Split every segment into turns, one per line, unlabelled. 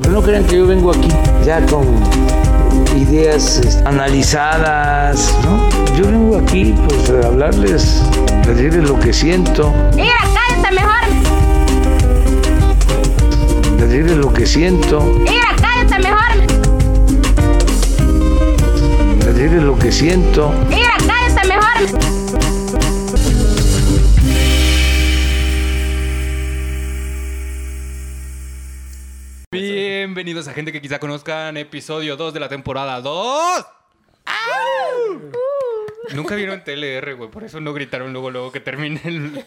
Pero no crean que yo vengo aquí ya con ideas este, analizadas, ¿no? Yo vengo aquí pues a hablarles, a decirles lo que siento,
Mira, cállate mejor.
a decirles lo que siento,
Mira, cállate mejor.
a decirles lo que siento.
Mira, cállate mejor.
Bienvenidos a gente que quizá conozcan, episodio 2 de la temporada 2. Nunca vieron TLR, güey, por eso no gritaron luego luego que termine el...
No,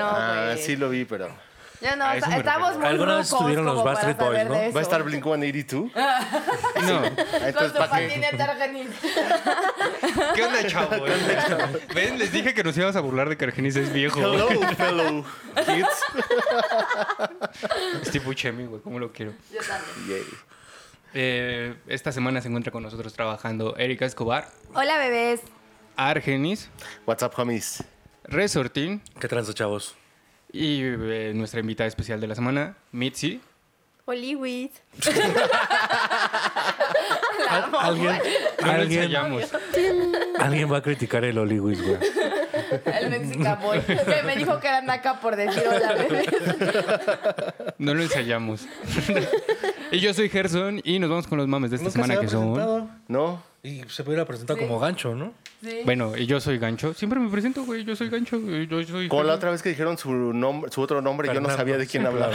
Ah,
güey.
sí lo vi, pero.
Yo no,
a eso
esta-
me
estamos muy
Alguna vez
rucos
estuvieron los
como para
Backstreet Boys,
saber
¿no?
de eso.
¿Va a estar Blink 182?
No.
Ah,
Con
Entonces,
su
¿para qué?
patinete argenista.
¿Qué onda, chavo? ¿Ven? Les dije que nos íbamos a burlar de que Argenis es viejo.
Hello,
güey.
fellow kids.
Steve Buscemi, güey, cómo lo quiero.
Yo también.
Yeah.
Eh, esta semana se encuentra con nosotros trabajando Erika Escobar,
Hola, bebés.
Argenis,
What's up, homies?
Resortín
¿Qué tranza, chavos?
y eh, nuestra invitada especial de la semana, Mitzi.
Oliwit.
Al- ¿Alguien,
No lo
alguien,
ensayamos.
alguien va a criticar el Oliwis, güey.
El mexicaboy. Que me dijo que era naca por decir hola, bebés.
No lo ensayamos. y yo soy Gerson y nos vamos con los mames de esta semana que son.
¿No?
Y se pudiera presentar como gancho, ¿no?
Sí.
Bueno, y yo soy Gancho. Siempre me presento, güey. Yo soy Gancho. güey, Yo soy.
Como la otra vez que dijeron su, nombre, su otro nombre, yo no
Fernando.
sabía de quién hablaba.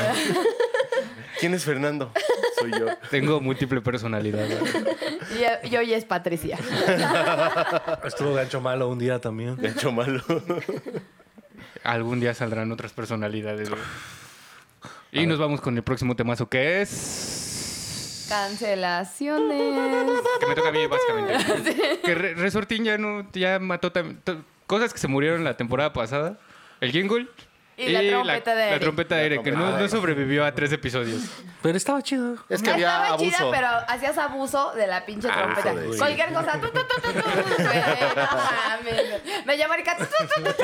¿Quién es Fernando? Soy yo.
Tengo múltiple personalidad. güey.
Y, y hoy es Patricia.
Estuvo gancho malo un día también.
De hecho, malo.
Algún día saldrán otras personalidades, güey. Y nos vamos con el próximo temazo que es.
Cancelaciones.
Que me toca a mí, básicamente. Que Re- Resortín ya no. Ya mató tam- to- cosas que se murieron la temporada pasada. El jingle.
Y la trompeta de
la
Eric.
trompeta de
La
Eric, que
trompeta
no,
de
no
Eric.
sobrevivió a tres episodios.
Pero estaba chido.
Es que había
Estaba chida,
abuso.
pero hacías abuso de la pinche
Abuso
trompeta.
de-
Cualquier cosa. tu, tu, tu, tu, tu, güey, no mames. Me llama Erika. tu, tu, tu, tu, tu.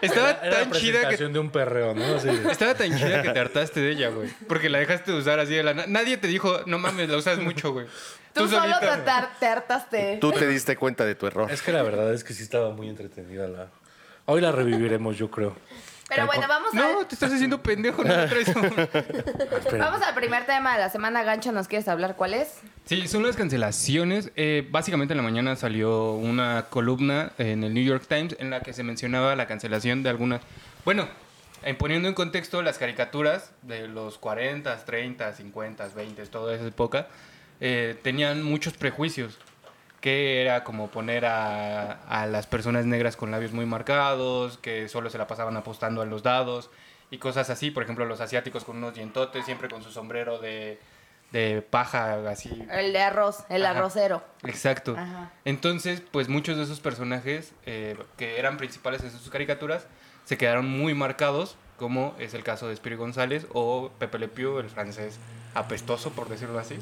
Estaba
Era
tan
la
chida que
presentación de un perreo, ¿no? Así de-
Estaba tan chida que te hartaste de ella, güey. Porque la dejaste de usar así de la nada. Nadie te dijo, no mames, la usas mucho, güey.
Tú solo
solita,
te,
güey.
tar- te hartaste.
Tú te diste cuenta de tu error.
Es que la verdad es que sí estaba muy entretenida la... Hoy la reviviremos, yo creo.
Pero bueno, vamos a.
No, te estás haciendo pendejo, no te traes un-
Espera.
Vamos al primer tema de la semana, Gancho, ¿nos quieres hablar cuál es?
Sí, son las cancelaciones. Eh, básicamente en la mañana salió una columna en el New York Times en la que se mencionaba la cancelación de algunas. Bueno, en poniendo en contexto las caricaturas de los 40, 30, 50, 20, toda esa época, eh, tenían muchos prejuicios. Que era como poner a, a las personas negras con labios muy marcados, que solo se la pasaban apostando a los dados y cosas así. Por ejemplo, los asiáticos con unos dientotes, siempre con su sombrero de, de paja así.
El de arroz, el
Ajá.
arrocero.
Exacto.
Ajá.
Entonces, pues muchos de esos personajes eh, que eran principales en sus caricaturas se quedaron muy marcados, como es el caso de Espíritu González o Pepe Le Pew, el francés apestoso, por decirlo así.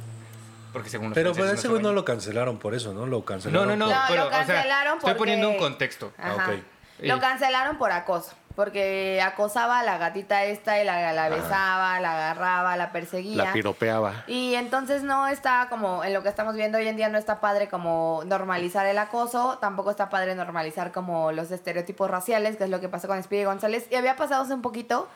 Porque según los
Pero
franceses
pues, ese güey
se
no
bañan.
lo cancelaron por eso, ¿no? Lo
No,
cancelaron.
no, no.
No, lo
pero, o sea,
cancelaron
Estoy
porque-
poniendo un contexto.
Ajá.
ok.
Y-
Lo cancelaron por acoso, porque acosaba a la gatita esta y la, la besaba, la agarraba, la perseguía.
La piropeaba.
y entonces no está como en lo que estamos viendo hoy en día no está padre como normalizar el acoso, tampoco está padre normalizar como los estereotipos raciales, que es lo que pasó con Speedy González y había pasado hace un poquito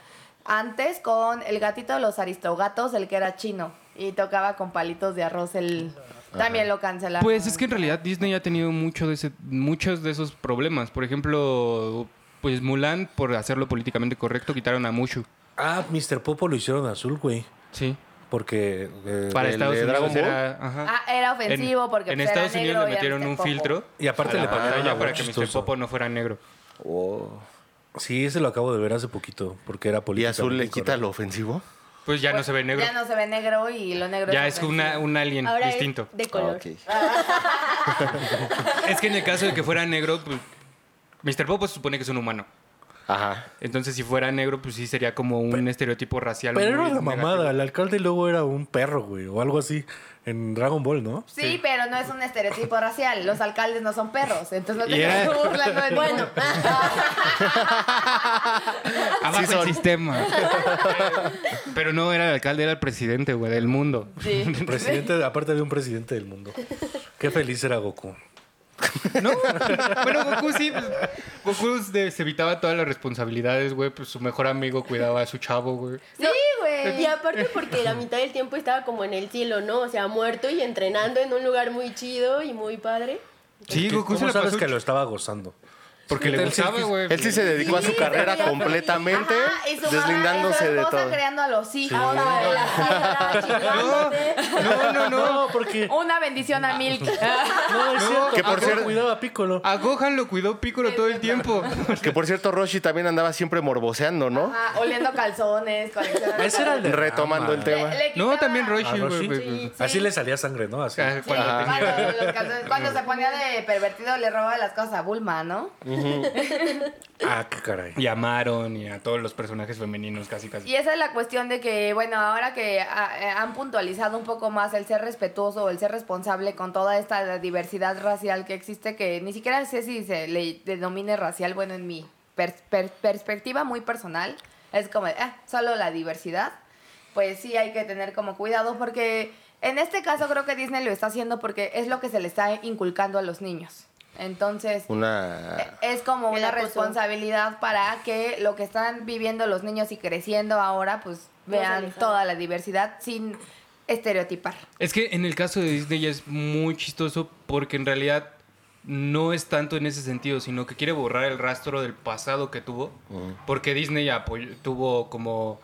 antes con el gatito de los aristogatos, el que era chino y tocaba con palitos de arroz el también lo cancelaron.
Pues es que en realidad Disney ha tenido mucho de ese- muchos de esos problemas. Por ejemplo, pues Mulan, por hacerlo políticamente correcto, quitaron a Mushu.
Ah, Mr. Popo lo hicieron azul, güey.
Sí.
Porque... eh,
Para
¿El
Estados
de
Unidos
Dragon Ball?
era- ajá.
Ah, era ofensivo
en,
porque
en
pues, era
Estados Unidos
negro
le
y era
metieron
Mr.
un
Popo.
filtro
Y aparte
a
le
la
pagaron
pantalla
algo
para que Mr.
chistoso.
Popo no fuera negro.
Oh.
Sí, ese lo acabo de ver hace poquito, porque era
¿Y
político.
azul le quita lo ofensivo?
Pues ya no se ve negro.
Ya
Ya,
no se ve negro y lo negro
es
ofensivo.
una, un alien
Ahora
distinto.
es de
Ah,
color.
ok.
Es que en el caso de que fuera negro, pues, Mr. Popo se supone que es un humano.
Ajá.
Entonces, si fuera negro, pues sí sería como un estereotipo racial.
Pero
muy
era una
negativo.
mamada. El alcalde luego era un perro, güey, o algo así. En Dragon Ball, ¿no?
Sí, pero no es un estereotipo racial. Los alcaldes no son perros, entonces no te
Y era-
estás burlando de
Bueno.
Abajo
Sí
el
son.
sistema. Pero no era el alcalde, era el presidente, güey, del mundo.
Sí.
Presidente, aparte de un presidente del mundo. Qué feliz era Goku.
¿No? Bueno, Goku sí. pues, Goku se se evitaba todas las responsabilidades, güey. Pues su mejor amigo cuidaba a su chavo, güey.
No,
güey.
Y aparte porque la mitad del tiempo estaba como en el cielo, ¿no? O sea, muerto y entrenando en un lugar muy chido y muy padre.
Sí, Goku se
¿Cómo
la
sabes
pasó.
que lo estaba gozando?
Porque le
Él sí-
gustaba, güey.
Él Pues sí se dedicó a su
Sí,
carrera
pero ya-
completamente,
Ajá, y su mamá y
deslindándose
su
de
esposa
todo.
creando a los hijos.
Ahora de la sala, chingándote.
No, no, no.
No, porque.
Una bendición
Ah.
a Milk.
No, es cierto.
que por
Goku
cierto-
cuidaba a Piccolo.
A Gohan lo cuidó Piccolo todo el tiempo.
Que por cierto, Roshi también andaba siempre morboseando, ¿no?
Ajá, oliendo calzones, coleccionando.
Ese era el de
Retomando el
Rama.
tema.
Le- le
No,
quitaba-
también
Ah,
Roshi,
¿no?
güey. pues,
Sí.
güey.
Así le salía sangre, ¿no? Así.
Ah,
Sí,
cuando tenía-
cuando, los calzones- cuando se ponía de pervertido le robaba las cosas a Bulma, ¿no?
Ah, qué caray.
Y a Maron y a todos los personajes femeninos, casi, casi.
Y esa es la cuestión de que, bueno, ahora que ah, eh, han puntualizado un poco más el ser respetuoso o el ser responsable con toda esta diversidad racial que existe, que ni siquiera sé si se le denomine racial, bueno, en mi per- per- perspectiva muy personal, es como, eh, solo la diversidad, pues sí hay que tener como cuidado porque en este caso creo que Disney lo está haciendo porque es lo que se le está inculcando a los niños. Entonces,
Una.
es como
El
una
acoso.
responsabilidad para que lo que están viviendo los niños y creciendo ahora, pues
No se
vean
alejan.
toda la diversidad sin estereotipar.
Es que en el caso de Disney ya es muy chistoso porque en realidad no es tanto en ese sentido, sino que quiere borrar el rastro del pasado que tuvo, porque Disney apoyó- tuvo como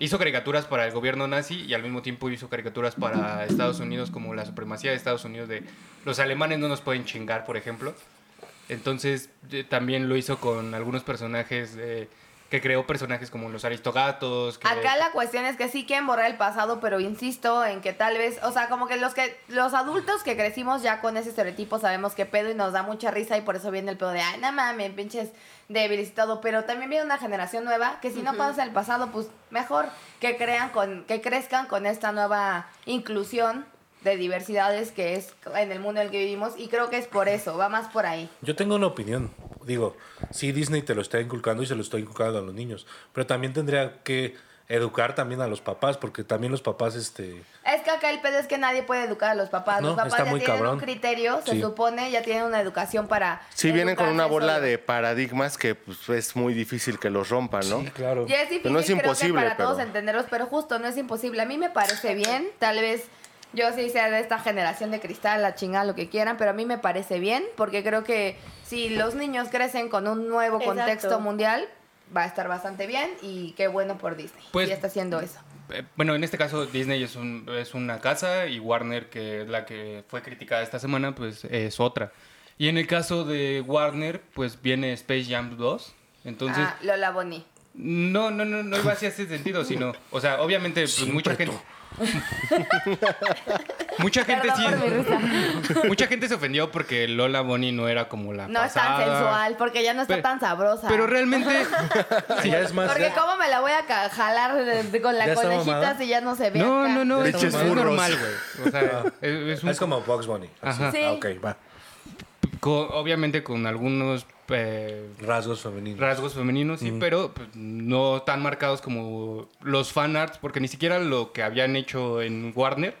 hizo caricaturas para el gobierno nazi y al mismo tiempo hizo caricaturas para Estados Unidos como la supremacía de Estados Unidos de los alemanes no nos pueden chingar, por ejemplo. Entonces eh, también lo hizo con algunos personajes eh, que creó personajes como los aristogatos. que-
Acá la cuestión es que sí quieren borrar el pasado, pero insisto en que tal vez, o sea, como que los que los adultos que crecimos ya con ese estereotipo sabemos qué pedo y nos da mucha risa y por eso viene el pedo de, ay, no mames, pinches débiles y todo, pero también viene una generación nueva que si no pasa el pasado, pues mejor que crean con que crezcan con esta nueva inclusión de diversidades que es en el mundo en el que vivimos y creo que es por eso, va más por ahí.
Yo tengo una opinión. Digo, sí, Disney te lo está inculcando y se lo está inculcando a los niños. Pero también tendría que educar también a los papás, porque también los papás, este.
Es que acá el pedo es que nadie puede educar a los papás. los
No,
papás
está
ya
muy
tienen un
cabrón.
criterio, se
Sí.
supone, ya tienen una educación para.
Sí, vienen con una
educarse
bola
solo.
de paradigmas que pues, es muy difícil que los rompan, ¿no?
claro.
Y es difícil,
no es
creo que
imposible,
para todos
pero-
entenderlos, pero justo no es imposible. A mí me parece bien, tal vez yo sí sea de esta generación de cristal, la chingada, lo que quieran, pero a mí me parece bien porque creo que si los niños crecen con un nuevo
Exacto.
contexto mundial, va a estar bastante bien y qué bueno por Disney.
Pues-
y está haciendo eso.
Eh, Bueno, en este caso Disney es, un- es una casa y Warner, que es la que fue criticada esta semana, pues es otra. Y en el caso de Warner, pues viene Space Jam 2. Entonces,
ah, Lola Boni.
no, no, no, no iba hacia ese sentido, sino, o sea, obviamente, pues, mucha gente... mucha gente
Perdón por mi risa.
sí, mucha gente se ofendió porque Lola Bonnie no era como la
No
pasada.
es tan sensual, porque ya no está
Pe-
tan sabrosa.
Pero realmente
ya es más.
Porque
ya-
cómo me la voy a ca- jalar de- de- con
¿Ya
la
está
conejita
mamada?
si ya no se ve
no,
acá?
no, no, es,
Leches
es
furros.
normal, güey. O sea, es, es un
Ah. Es como Box Bunny. así.
Ajá.
Sí.
Ah, ok, va.
Co- obviamente con algunos eh,
Rasgos femeninos.
rasgos femeninos, sí, pero pues, no tan marcados como los fanarts, porque ni siquiera lo que habían hecho en Warner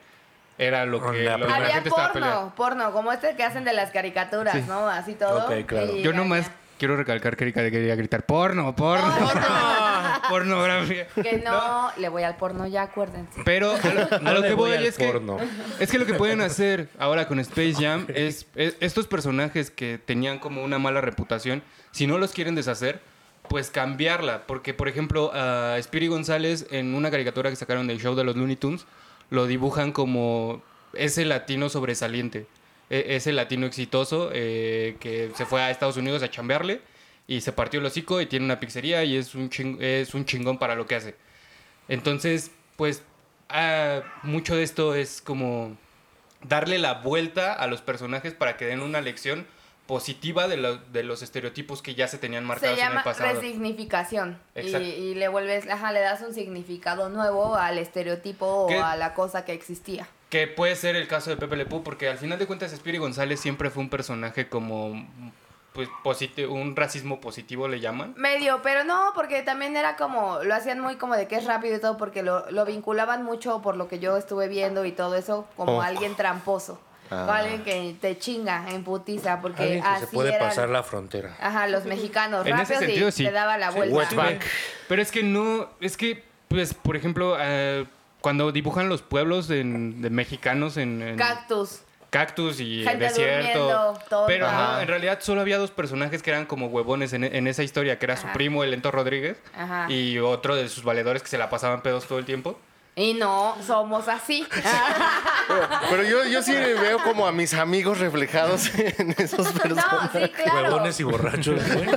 era lo que
La
lo- la,
Había
gente estaba peleando.
porno, porno, como este que hacen de las caricaturas,
Sí.
¿no? Así todo.
Ok, claro.
Y
Yo
ya,
nomás quiero recalcar que Erika quería gritar porno, porno, pornografía.
ya. Que no, le voy al porno, ya acuérdense.
Pero a lo, a
No
lo
le
que voy,
voy al
es que
porno.
es que lo que pueden hacer ahora con Space Jam es, es- estos personajes que tenían como una mala reputación, si no los quieren deshacer, pues cambiarla, porque por ejemplo a Spiri González en una caricatura que sacaron del show de los Looney Tunes lo dibujan como ese latino sobresaliente, e- ese latino exitoso eh, que se fue a Estados Unidos a chambearle y se partió el hocico y tiene una pizzería y es un ching- es un chingón para lo que hace. Entonces, pues, ah, mucho de esto es como darle la vuelta a los personajes para que den una lección positiva de, la- de los estereotipos que ya se tenían
Se
marcados en
llama
el pasado.
resignificación. Y,
Exacto.
y le vuelves, ajá, le das un significado nuevo al estereotipo
¿Qué?
o a la cosa que existía.
Que puede ser el caso de Pepe Le Pew, porque al final de cuentas Spiri González siempre fue un personaje como pues posit- un racismo positivo le llaman.
Medio, pero no, porque también era como, lo hacían muy como de que es rápido y todo, porque lo, lo vinculaban mucho por lo que yo estuve viendo y todo eso, como
Oh.
alguien tramposo.
Ah.
O alguien que te chinga en putiza, porque
Alguien que
así Ah,
se puede
eran,
pasar la frontera.
Ajá, los mexicanos,
En ese
rápidos
sentido,
y
sí.
te daba la
Sí,
vuelta.
What's back?
Pero es que no, es que pues por ejemplo eh, cuando dibujan los pueblos en- de mexicanos en, en
Cactus.
cactus y el
Gente
desierto,
durmiendo, tonta.
pero ajá,
Ajá.
en realidad solo había dos personajes que eran como huevones en, en esa historia, que era su
Ajá.
primo el Lento Rodríguez
Ajá.
y otro de sus valedores que se la pasaban pedos todo el tiempo.
Y no, somos así.
Pero, pero yo, yo sí veo como a mis amigos reflejados en esos
no,
personajes.
sí, claro.
Huevones y borrachos, güey.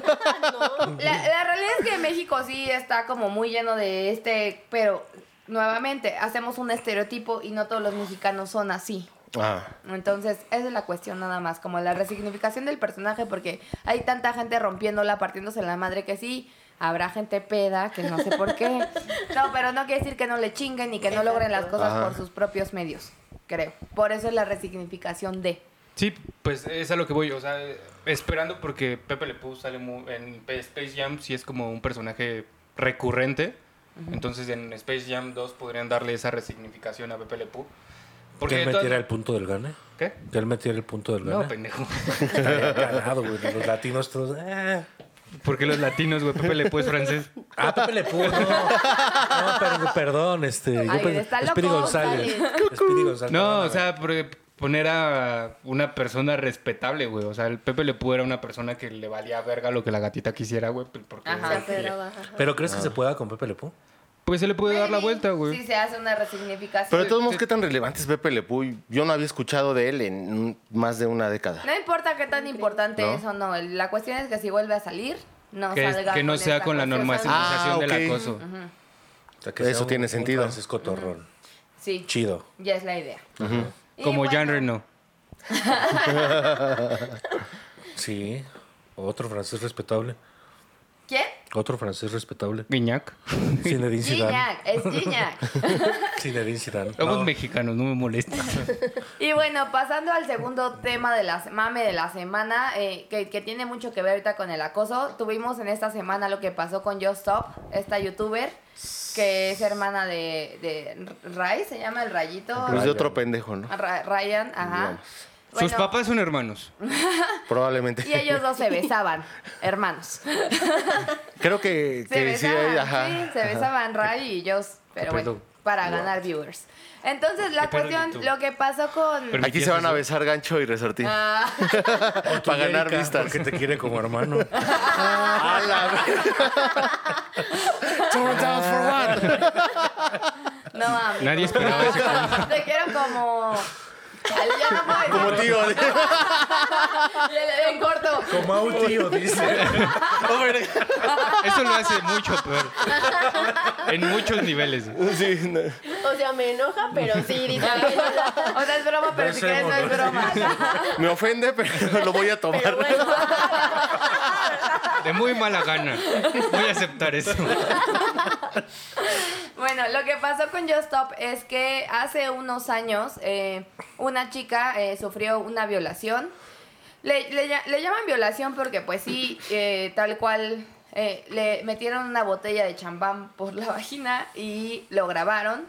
La, la realidad es que México sí está como muy lleno de este, pero nuevamente hacemos un estereotipo y no todos los mexicanos son así.
Ah.
Entonces, esa es la cuestión nada más, como la resignificación del personaje, porque hay tanta gente rompiéndola, partiéndose la madre que sí, habrá gente peda, que no sé por qué. No, pero no quiere decir que no le chinguen y que no logren las cosas
Ajá.
por sus propios medios, creo. Por eso es la resignificación de...
Sí, pues es a lo que voy, o sea, esperando porque Pepe Le Pew sale mu- en Pe- Space Jam, sí es como un personaje recurrente, entonces en Space Jam 2 podrían darle esa resignificación a Pepe Le Pew.
Que él
de todas-
metiera el punto del gane.
¿Qué?
Que él metiera el punto del
No,
gane.
pendejo.
Estaría ganado, güey. Los latinos todos. "Ah".
Porque los latinos, güey, Pepe Le Pew es francés.
Ah, Pepe Le Pew, no. No, perdón, perdón, este.
Ay,
pensé-
está loco,
Speedy González. Speedy González.
No, o
perdóname.
sea, pre- poner a una persona respetable, güey, o sea, el Pepe Le Pew era una persona que le valía verga lo que la gatita quisiera, güey, pues, porque
Ajá.
Se aferraba, ajá.
¿Pero crees que se pueda con Pepe Le Pew?
pues se le puede dar la
Maybe
vuelta, güey.
Sí se hace una resignificación.
Pero de todos modos, ¿qué tan relevante es Pepe Le Pew? Yo no había escuchado de él en más de una década.
No importa qué tan importante
¿No?
es o no. La cuestión es que si vuelve a salir, no
Que,
salga.
que no sea
esta
con la
cuestión.
normalización
Ah, ok.
del acoso.
O sea, que
Eso
sea un-
tiene
un
sentido.
Francisco Torrón.
Sí,
Chido.
ya es la idea. Y
Como
bueno,
Jean Reno.
Sí. Otro francés respetable.
¿Quién?
Otro francés respetable.
Guiñac.
Zinedine Zidane.
Gignac, es Gignac.
Zinedine Zidane.
Somos
No,
mexicanos, no me molesta.
y bueno, pasando al segundo tema de la se- mame de la semana, eh, que, que tiene mucho que ver ahorita con el acoso. Tuvimos en esta semana lo que pasó con Just Stop, esta youtuber, que es hermana de, de Ray, se llama el rayito.
Pues de otro pendejo, ¿no?
Ra- Ryan, ajá.
Digamos.
Sus
Bueno,
papás son hermanos.
Probablemente.
Y ellos dos se besaban, hermanos.
Creo que,
Se
que sí,
besaban,
hay-
sí,
ajá.
se besaban Ray y yo,
pedo?
pero bueno, para ganar viewers. Entonces, la
¿Qué pedo
cuestión,
YouTube?
lo que pasó con...
Pero-
Aquí se van a besar gancho y resortín.
Ah,
para ganar
Erika,
vistas.
Porque te quiere como hermano.
A la ver- Turn down for what?
no, mames.
Nadie esperaba ese
Te quiero como... Ay, Ya no puedo
Como
decir.
tío.
Ya le- En corto.
Como a un tío, dice.
Eso lo hace mucho peor. En muchos niveles.
Sí, no.
O sea, me enoja, pero sí, dice que no la-
O sea, es broma, pero si quieres no es broma.
Me ofende, pero lo voy a
Pero
tomar.
bueno,
De muy mala gana. Voy a aceptar eso.
Bueno, lo que pasó con Just Stop es que hace unos años eh, una chica eh, sufrió una violación. Le, le lla- le llaman violación porque pues sí, eh, tal cual eh, le metieron una botella de champán por la vagina y lo grabaron.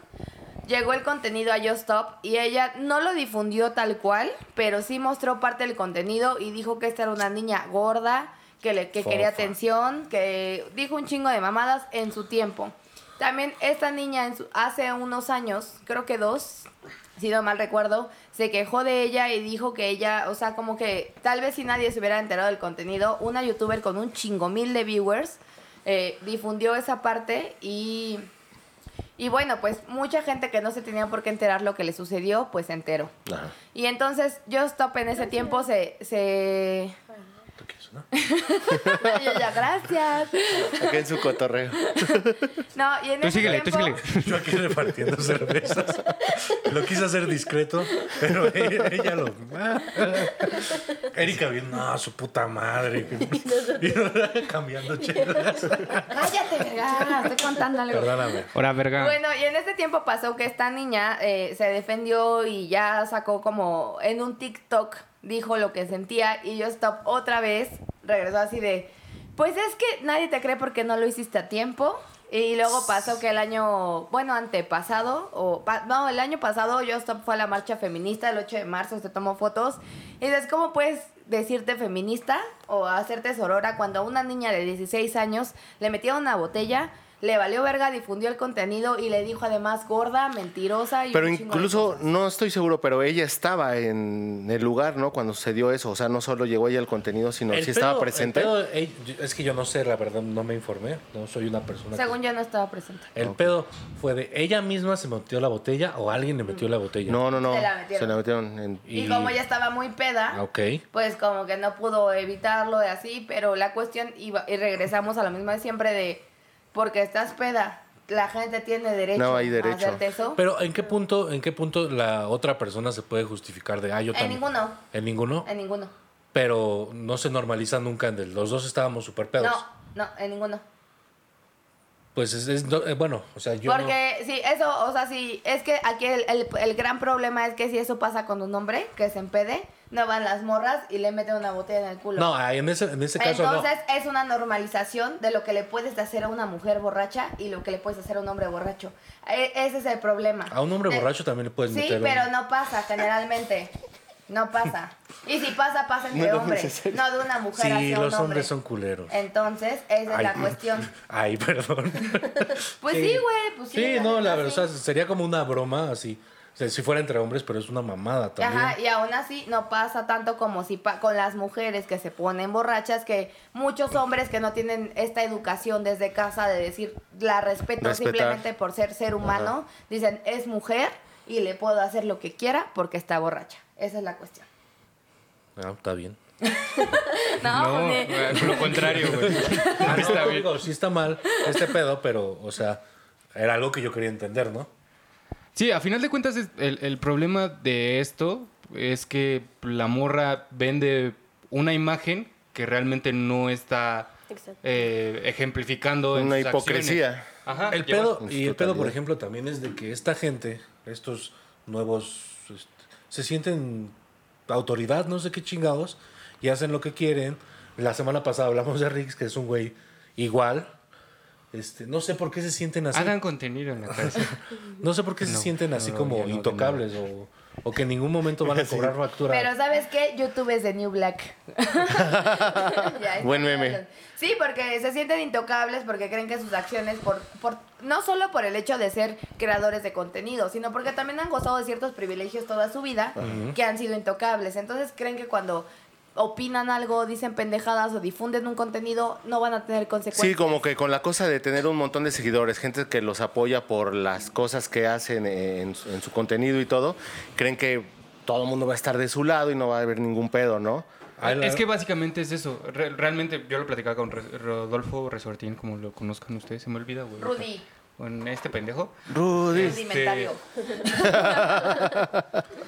Llegó el contenido a Just Stop y ella no lo difundió tal cual, pero sí mostró parte del contenido y dijo que esta era una niña gorda, que, le, que quería
Fofa.
atención, que dijo un chingo de mamadas en su tiempo. También esta niña en su- hace unos años, creo que dos, si no mal recuerdo, se quejó de ella y dijo que ella, o sea, como que tal vez si nadie se hubiera enterado del contenido, una youtuber con un chingo mil de viewers eh, difundió esa parte y, y bueno, pues mucha gente que no se tenía por qué enterar lo que le sucedió, pues se enteró.
Ajá.
Y entonces yo Stop en ese tiempo se, se,
¿Tú quieres una?
Y yo ya, gracias.
Acá en su cotorreo.
No, y en
Tú
ese
síguele, tú
tiempo-
síguele.
Yo aquí repartiendo cervezas. Lo quise hacer discreto, pero ella, ella lo. Erika bien, no, su puta madre. Y ahora cambiando chelas.
Cállate, verga, estoy contando algo.
Perdóname.
Ahora, verga.
Bueno, y en este tiempo pasó que esta niña eh, se defendió y ya sacó como en un TikTok, dijo lo que sentía y yo stop otra vez, regresó así de, pues es que nadie te cree porque no lo hiciste a tiempo. Y luego pasó que el año, bueno, antepasado, o pa- no, el año pasado yo stop fue a la marcha feminista, el 8 de marzo se tomó fotos. Y pues, dices, ¿cómo puedes decirte feminista o hacerte sorora cuando a una niña de 16 años le metieron una botella? Le valió verga, difundió el contenido y le dijo además gorda, mentirosa y
Pero
un chingo de
incluso,
cosas.
no estoy seguro, pero ella estaba en el lugar, ¿no? Cuando se dio eso. O sea, no solo llegó ella al contenido, sino
El
sí estaba
pedo-
presente.
el pedo, eh, yo- es que yo no sé, la verdad, no me informé. No soy una persona. que-
Según yo no estaba presente.
El pedo fue de ella misma se metió la botella o alguien le metió la botella.
No, no, no.
Se la metieron.
Se la metieron en-
Y, como ya estaba muy
Ah,
peda,
Ah, Ok.
pues como que no pudo evitarlo de así, pero la cuestión, iba, y regresamos a lo mismo de siempre de, porque estás peda, la gente tiene derecho,
No hay derecho.
a hacerte eso.
Pero ¿en qué punto, en qué punto la otra persona se puede justificar de ah, yo
En
también?
ninguno.
En ninguno.
En ninguno.
Pero no se normaliza nunca en el. Los dos estábamos súper pedos.
No, no, en ninguno.
Pues es, es- no, eh, bueno, o sea, yo.
Porque sí, eso, o sea, sí, es que aquí el, el- el gran problema es que si eso pasa con un hombre que se empede, no van las morras y le meten una botella en el
no-
culo.
No, ah, en ese, en ese caso
Entonces es una normalización de lo que le puedes hacer a una mujer borracha y lo que le puedes hacer a un hombre borracho. E- ese es el problema.
no. A un hombre
Eh,
borracho también le puedes
Sí,
meter. un-
pero no pasa generalmente. No pasa. Y si pasa, pasa entre
No, no
hombres,
necesario.
no de una mujer
Sí,
hacia un
los
hombre.
hombres son culeros.
Entonces, esa es
Ay. mm,
la cuestión.
Ay, perdón.
Pues sí, güey, pues sí.
Sí, no, la verdad,
sí.
o sea, sería como una broma así. O sea, si fuera entre hombres, pero es una mamada también.
Ajá, y aún así no pasa tanto como si pa- con las mujeres que se ponen borrachas, que muchos hombres que no tienen esta educación desde casa de decir la respeto
Respetar.
simplemente por ser ser humano, dicen es mujer y le puedo hacer lo que quiera porque está borracha. Esa es la cuestión.
Ah, está bien.
No,
pues, ni-
güey, lo contrario, güey. Está bien.
Ah, Digo, sí está mal este pedo, pero, o sea, era algo que yo quería entender, ¿no?
Sí, a final de cuentas, es- el, el problema de esto es que la morra vende una imagen que realmente no está
Exacto.
eh, ejemplificando en
Una
sus acciones.
hipocresía.
Ajá,
el
lleva-
pedo,
en su
y el pedo, por
totalidad.
ejemplo, también es de que esta gente, estos nuevos, este, se sienten autoridad, no sé qué chingados, y hacen lo que quieren. La semana pasada hablamos de Riggs, que es un güey igual. Este, no sé por qué se sienten así.
Hagan contenido en la cabeza.
No sé por qué se
No,
sienten así
no,
como
ya no,
intocables o, o que en ningún momento van a cobrar factura.
Pero ¿sabes qué? YouTube es de New Black. Ya,
Buen
está
meme.
bien. Sí, porque se sienten intocables porque creen que sus acciones, por, por no solo por el hecho de ser creadores de contenido, sino porque también han gozado de ciertos privilegios toda su vida que han sido intocables. Entonces creen que cuando opinan algo, dicen pendejadas o difunden un contenido, no van a tener consecuencias.
Sí, como que con la cosa de tener un montón de seguidores, gente que los apoya por las cosas que hacen en, su- en su contenido y todo, creen que todo el mundo va a estar de su lado y no va a haber ningún pedo, ¿no?
Ay, la-
Ah, Es que básicamente es eso. Re- realmente yo lo platicaba con Re- Rodolfo Resortín, como lo conozcan ustedes, se me olvida, güey.
Rudy.
Con este pendejo.
Rudy.
Este-
Rudimentario.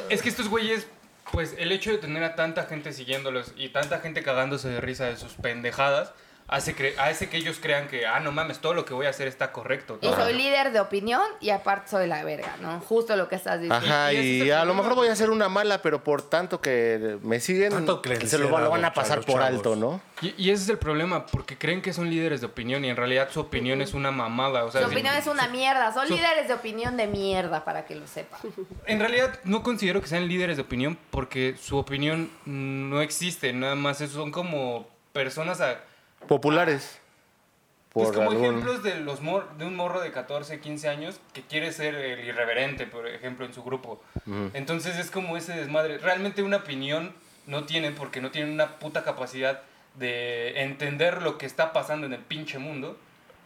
Es que estos güeyes, pues el hecho de tener a tanta gente siguiéndolos y tanta gente cagándose de risa de sus pendejadas, hace, cre- hace que ellos crean que, ah, no mames, todo lo que voy a hacer está correcto.
Y soy líder de opinión y aparte soy la verga, ¿no? Justo lo que estás diciendo.
Ajá,
Y ese es
y
el
a lo
problema.
mejor voy a hacer una mala, pero por tanto que me siguen,
Tanto que les
se lo,
hicieron
lo van
a
a
los
pasar
chavos,
por
chavos.
alto, ¿no?
Y, y ese es el problema, porque creen que son líderes de opinión y en realidad su opinión es una mamada. O sea,
Su
sí-
opinión es una mierda. Son
su-
líderes de opinión de mierda, para que lo sepan.
En realidad no considero que sean líderes de opinión porque su opinión no existe, nada más son como personas a...
Populares.
Pues como
algún-
ejemplos de, los mor- de un morro de 14, 15 años que quiere ser el irreverente, por ejemplo, en su grupo. Entonces es como ese desmadre. Realmente una opinión no tienen porque no tienen una puta capacidad de entender lo que está pasando en el pinche mundo.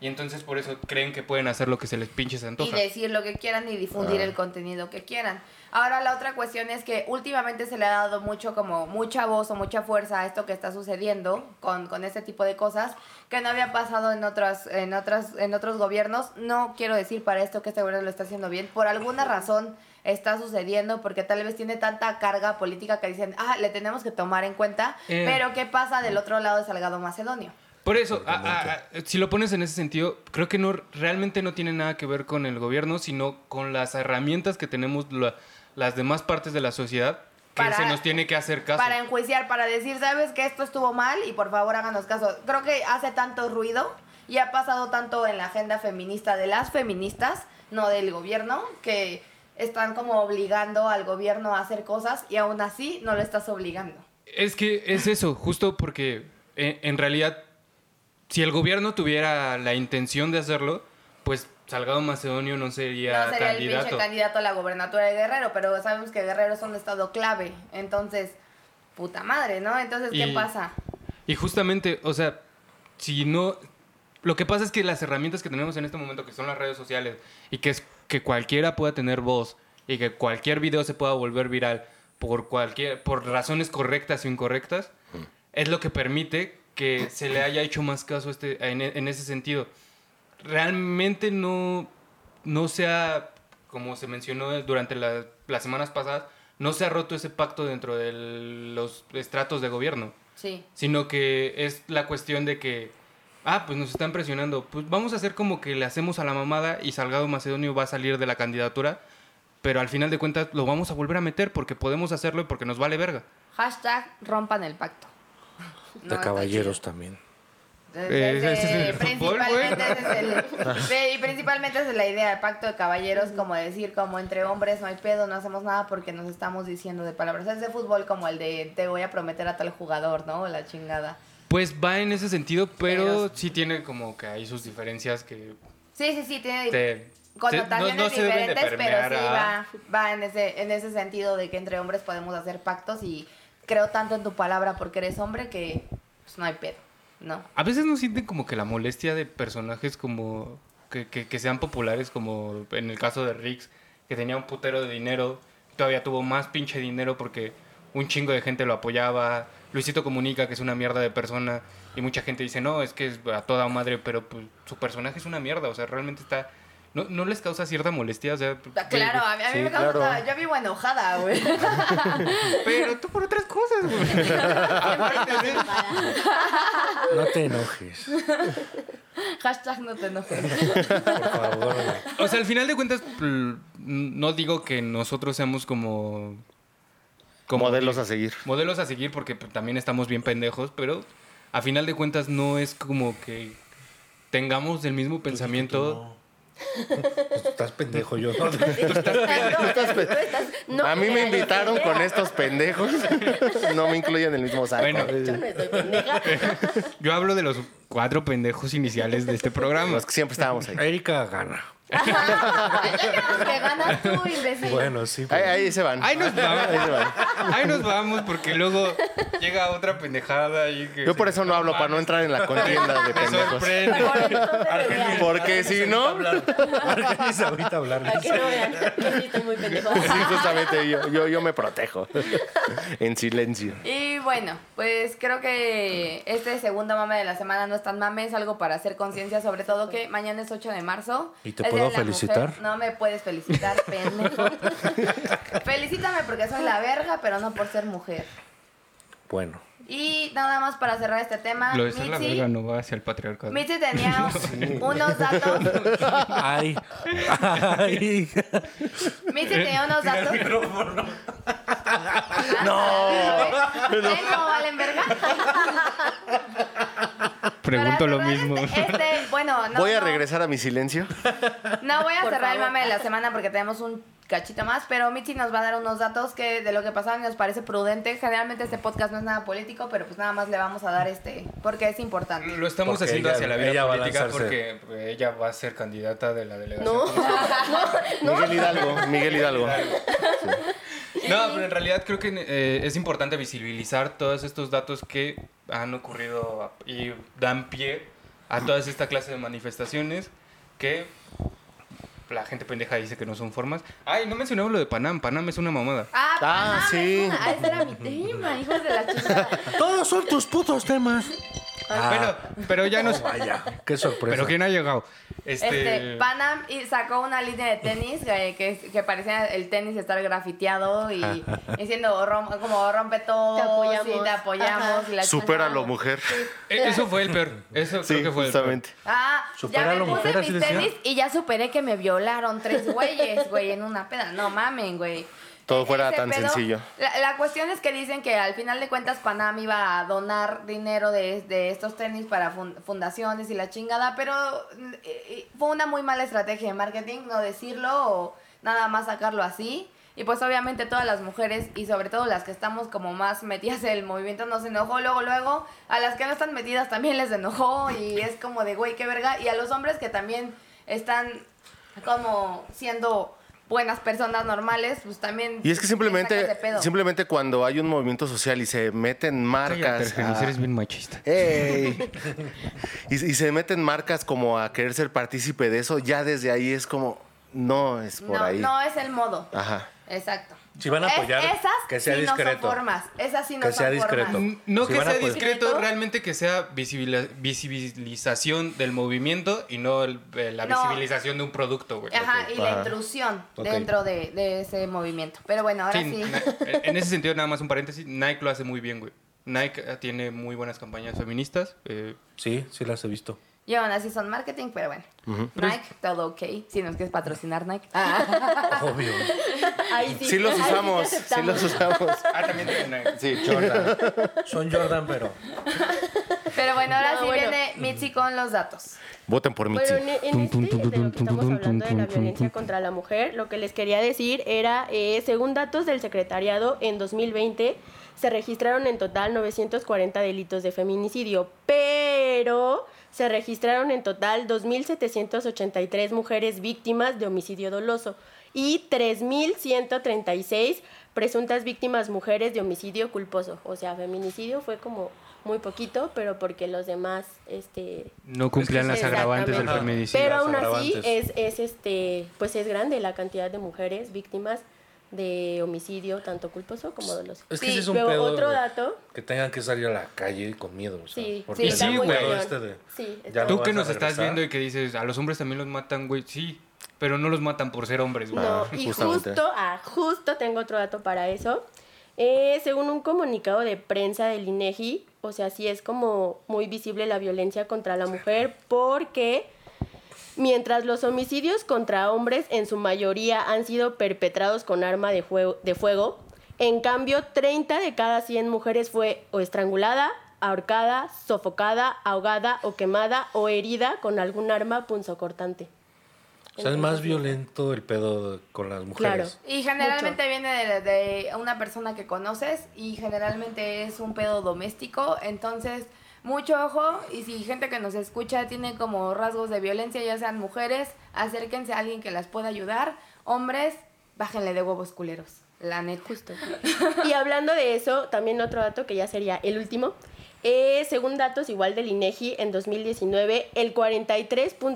Y entonces por eso creen que pueden hacer lo que se les pinche se
y
antoja.
decir lo que quieran y difundir
Ah.
el contenido que quieran. Ahora la otra cuestión es que últimamente se le ha dado mucho como mucha voz o mucha fuerza a esto que está sucediendo con, con este tipo de cosas que no había pasado en otras en otras en otros gobiernos. No quiero decir para esto que este gobierno lo está haciendo bien, por alguna razón está sucediendo porque tal vez tiene tanta carga política que dicen, "Ah, le tenemos que tomar en cuenta",
Eh.
pero ¿qué pasa del otro lado de Salgado Macedonio?
Por eso, a- a- a- si lo pones en ese sentido, creo que no realmente no tiene nada que ver con el gobierno, sino con las herramientas que tenemos la- las demás partes de la sociedad que
Para-
se nos tiene que hacer caso.
para enjuiciar, para decir, sabes que esto estuvo mal y por favor háganos caso. Creo que hace tanto ruido y ha pasado tanto en la agenda feminista de las feministas, no del gobierno, que están como obligando al gobierno a hacer cosas y aún así no lo estás obligando.
Es que es eso, justo porque eh, en realidad, si el gobierno tuviera la intención de hacerlo, pues Salgado Macedonio no sería,
No sería el
candidato.
pinche candidato a la gobernatura de Guerrero, pero sabemos que Guerrero es un estado clave. Entonces, puta madre, ¿no? Entonces, ¿qué
Y-
pasa?
Y justamente, o sea, si no... Lo que pasa es que las herramientas que tenemos en este momento, que son las redes sociales, y que es que cualquiera pueda tener voz, y que cualquier video se pueda volver viral por, cualquier, por razones correctas o incorrectas, es lo que permite que se le haya hecho más caso a este, en, e- en ese sentido. Realmente no, no se ha, como se mencionó durante la- las semanas pasadas, no se ha roto ese pacto dentro de los estratos de gobierno
Sí.
sino que es la cuestión de que, ah, pues nos están presionando, pues vamos a hacer como que le hacemos a la mamada y Salgado Macedonio va a salir de la candidatura, pero al final de cuentas lo vamos a volver a meter porque podemos hacerlo y porque nos vale verga.
Hashtag rompan el pacto. No,
De
está
caballeros también.
Eh,
Desde-
ese es el fútbol, güey.
principalmente desde el- sí, y principalmente es la idea del pacto de caballeros, como decir, como entre hombres no hay pedo, no hacemos nada porque nos estamos diciendo de palabras. Es de fútbol como el de te voy a prometer a tal jugador, ¿no? La chingada.
Pues va en ese sentido, pero,
Pero-
sí tiene como que hay sus diferencias que
Sí, sí, sí, tiene
te...
connotaciones
te- no- no se deben de
diferentes, pero
permear
sí
a-
va, va en, ese, en ese sentido de que entre hombres podemos hacer pactos y creo tanto en tu palabra porque eres hombre que pues, no hay pedo, ¿no?
A veces no sienten como que la molestia de personajes como que, que- que sean populares, como en el caso de Riggs, que tenía un putero de dinero, todavía tuvo más pinche dinero porque un chingo de gente lo apoyaba. Luisito comunica que es una mierda de persona y mucha gente dice, no, es que es a toda madre, pero pues, su personaje es una mierda, o sea, realmente está... ¿No, no les causa cierta molestia? O sea,
Ah, Claro, a mí, a mí
Sí,
me causa...
claro.
Yo vivo enojada, güey.
Pero tú por otras cosas, güey.
No te enojes.
Hashtag no te enojes.
Por favor, güey.
O sea, al final de cuentas, pl- no digo que nosotros seamos como...
Modelos a seguir.
modelos a seguir porque pues, también estamos bien pendejos, pero a final de cuentas no es como que tengamos el mismo pensamiento.
Tú Estás pendejo yo. ¿no?
No,
a mí me
pero no
invitaron
estoy
con este
pendeja.
estos pendejos. no me incluyen en el mismo saco.
Bueno,
Yo no estoy pendeja.
yo hablo de los cuatro pendejos iniciales de este programa.
los que siempre estábamos ahí.
Erika gana.
que ganas tú, imbécil.
Bueno, sí. pues,
Ahí,
pero-
ahí se van.
Ahí nos vamos.
Ahí se van.
Ahí nos vamos porque luego llega otra pendejada y que
Yo por eso no hablo, para no entrar en la contienda de
me
pendejos.
sorprende.
Porque si no,
Argenis ahorita hablar.
Para que no vean que sí estoy muy pendeja.
sí, justamente yo, yo, yo me protejo. en silencio.
Y bueno, pues creo que este segundo mame de la semana no es tan mame, es algo para hacer conciencia, sobre todo que mañana es 8 de marzo.
¿Y te
es
puedo
Día de la
felicitar?
Mujer. No me puedes felicitar, pendejo. Felicítame porque soy la verga, pero no por ser mujer.
Bueno,
Y nada más para cerrar este tema,
Lo de ser la
Mitzi-
verga no va hacia el patriarcado.
Mitzi tenía unos datos.
ay, ay,
Mitzi
Eh,
tenía unos datos. no. No valen verga.
Pregunto
Para
lo
cerrar
mismo.
Este, este- bueno, no.
Voy a
no.
regresar a mi silencio.
No voy a
Por
cerrar el
favor.
mame de la semana porque tenemos un cachito más, pero Mitzi nos va a dar unos datos que de lo que pasaron nos parece prudente. Generalmente este podcast no es nada político, pero pues nada más le vamos a dar este, porque es importante.
Lo estamos
Porque
haciendo
ella-
hacia la
ella
vida
va a
política porque pues,
lanzarse.
ella va a ser candidata de la delegación.
No,
Miguel Hidalgo, Miguel Hidalgo.
No, pero en realidad creo que eh, es importante visibilizar todos estos datos que han ocurrido y dan pie a todas esta clase de manifestaciones que la gente pendeja dice que no son formas. Ay, no mencionamos lo de Panam. Panam es una mamada.
Ah,
Ah,
Panam,
sí.
es una- Ah, ese era mi tema, hijos de la chingada.
Todos son tus putos temas.
Pero, pero ya
Oh,
nos...
Vaya, qué sorpresa.
Pero ¿quién ha llegado?
Este,
Este...
Panam y sacó una línea de tenis eh, que, que parecía el tenis estar grafiteado y diciendo rom- como rompe todo
Te apoyamos.
y te apoyamos.
Ajá.
Y la
Supéralo,
chingada.
mujer.
e- Eso fue el peor. Eso
Sí,
creo que fue el peor.
justamente.
Ah, ya
Supéralo,
me puse
mujer, así
mis
decía.
tenis y ya superé que me violaron tres güeyes, güey, en una peda. No mamen, güey.
Todo fuera
Ese
tan sencillo.
La, la cuestión es que dicen que al final de cuentas Panam iba a donar dinero de, de estos tenis para fun- fundaciones y la chingada, pero mm, eh, fue una muy mala estrategia de marketing no decirlo o nada más sacarlo así. Y pues obviamente todas las mujeres y sobre todo las que estamos como más metidas en el movimiento nos enojó luego, luego. A las que no están metidas también les enojó y es como de güey, qué verga. Y a los hombres que también están como siendo buenas personas normales, pues también...
Y es que
les
simplemente,
sacas de pedo.
simplemente cuando hay un movimiento social y se meten marcas.
Ah.
a-
eres bien machista.
¡Ey! y, y se meten marcas como a querer ser partícipe de eso, ya desde ahí es como, no es por
no,
ahí. Ah.
no es el modo.
Ajá.
Exacto.
Si van a apoyar,
Es- esas
que sea
sí No
discreto.
son formas. Esas sí no
Que sea
son formas.
discreto.
No
Si
que
van a
sea
poder-
discreto,
¿Discreto?
realmente que sea visibila- visibilización del movimiento y no el- eh, la
No.
visibilización de un producto, güey.
Ajá, y
Ajá.
la intrusión
Ok.
dentro de, de ese movimiento. Pero bueno, ahora
Sí,
sí.
na- eh, en ese sentido, nada más un paréntesis, Nike lo hace muy bien, güey. Nike eh, tiene muy buenas campañas feministas. eh,
Sí, sí las he visto.
Yo aún así son marketing, pero bueno.
Pues
Nike, todo ok. Si nos quieres patrocinar, Nike.
Obvio.
Ahí sí.
Sí los
ahí te
usamos, sí
aceptamos.
los usamos.
Ah, también tiene Nike.
Sí,
Son Jordan, pero.
Pero bueno, ahora
No,
sí
bueno.
viene Mitzi con los datos.
Voten por Mitzi.
Bueno, en, en este, de lo que estamos hablando de la violencia contra la mujer, lo que les quería decir era, eh, según datos del secretariado, en 2020 se registraron en total 940 delitos de feminicidio, pero se registraron en total 2.783 mujeres víctimas de homicidio doloso y 3.136 presuntas víctimas mujeres de homicidio culposo. O sea, feminicidio fue como muy poquito, pero porque los demás... este
No cumplían las agravantes del
Exactamente.
feminicidio.
Pero
las
aún así
agravantes.
es, es este, pues es grande la cantidad de mujeres víctimas de homicidio tanto culposo como doloso.
Es que
Sí,
ese es un
luego
pedo.
otro
de-
dato.
Que tengan que salir a la calle con miedo. O sea,
Sí,
porque
sí,
el
está muy
pedo
cañón.
este de-
Sí, está-
ya no
Tú
vas
que
a
nos estás
regresar.
viendo y que dices, a los hombres también los matan, güey. Sí, pero no los matan por ser hombres, güey.
No,
Ah,
y
justamente.
justo, ah, justo tengo otro dato para eso. Eh, según un comunicado de prensa del INEGI, o sea, sí es como muy visible la violencia contra la mujer porque mientras los homicidios contra hombres en su mayoría han sido perpetrados con arma de, jue- de fuego, en cambio 30 de cada 100 mujeres fue o estrangulada, ahorcada, sofocada, ahogada o quemada o herida con algún arma punzocortante.
O sea, es más violento el pedo con las mujeres.
Y generalmente viene de, de una persona que conoces y generalmente es un pedo doméstico. Entonces, mucho ojo y si gente que nos escucha tiene como rasgos de violencia, ya sean mujeres, acérquense a alguien que las pueda ayudar. Hombres, bájenle de huevos culeros. La neta.
Justo. Y hablando de eso, también otro dato que ya sería el último. eh, según datos igual del INEGI, en 2019 el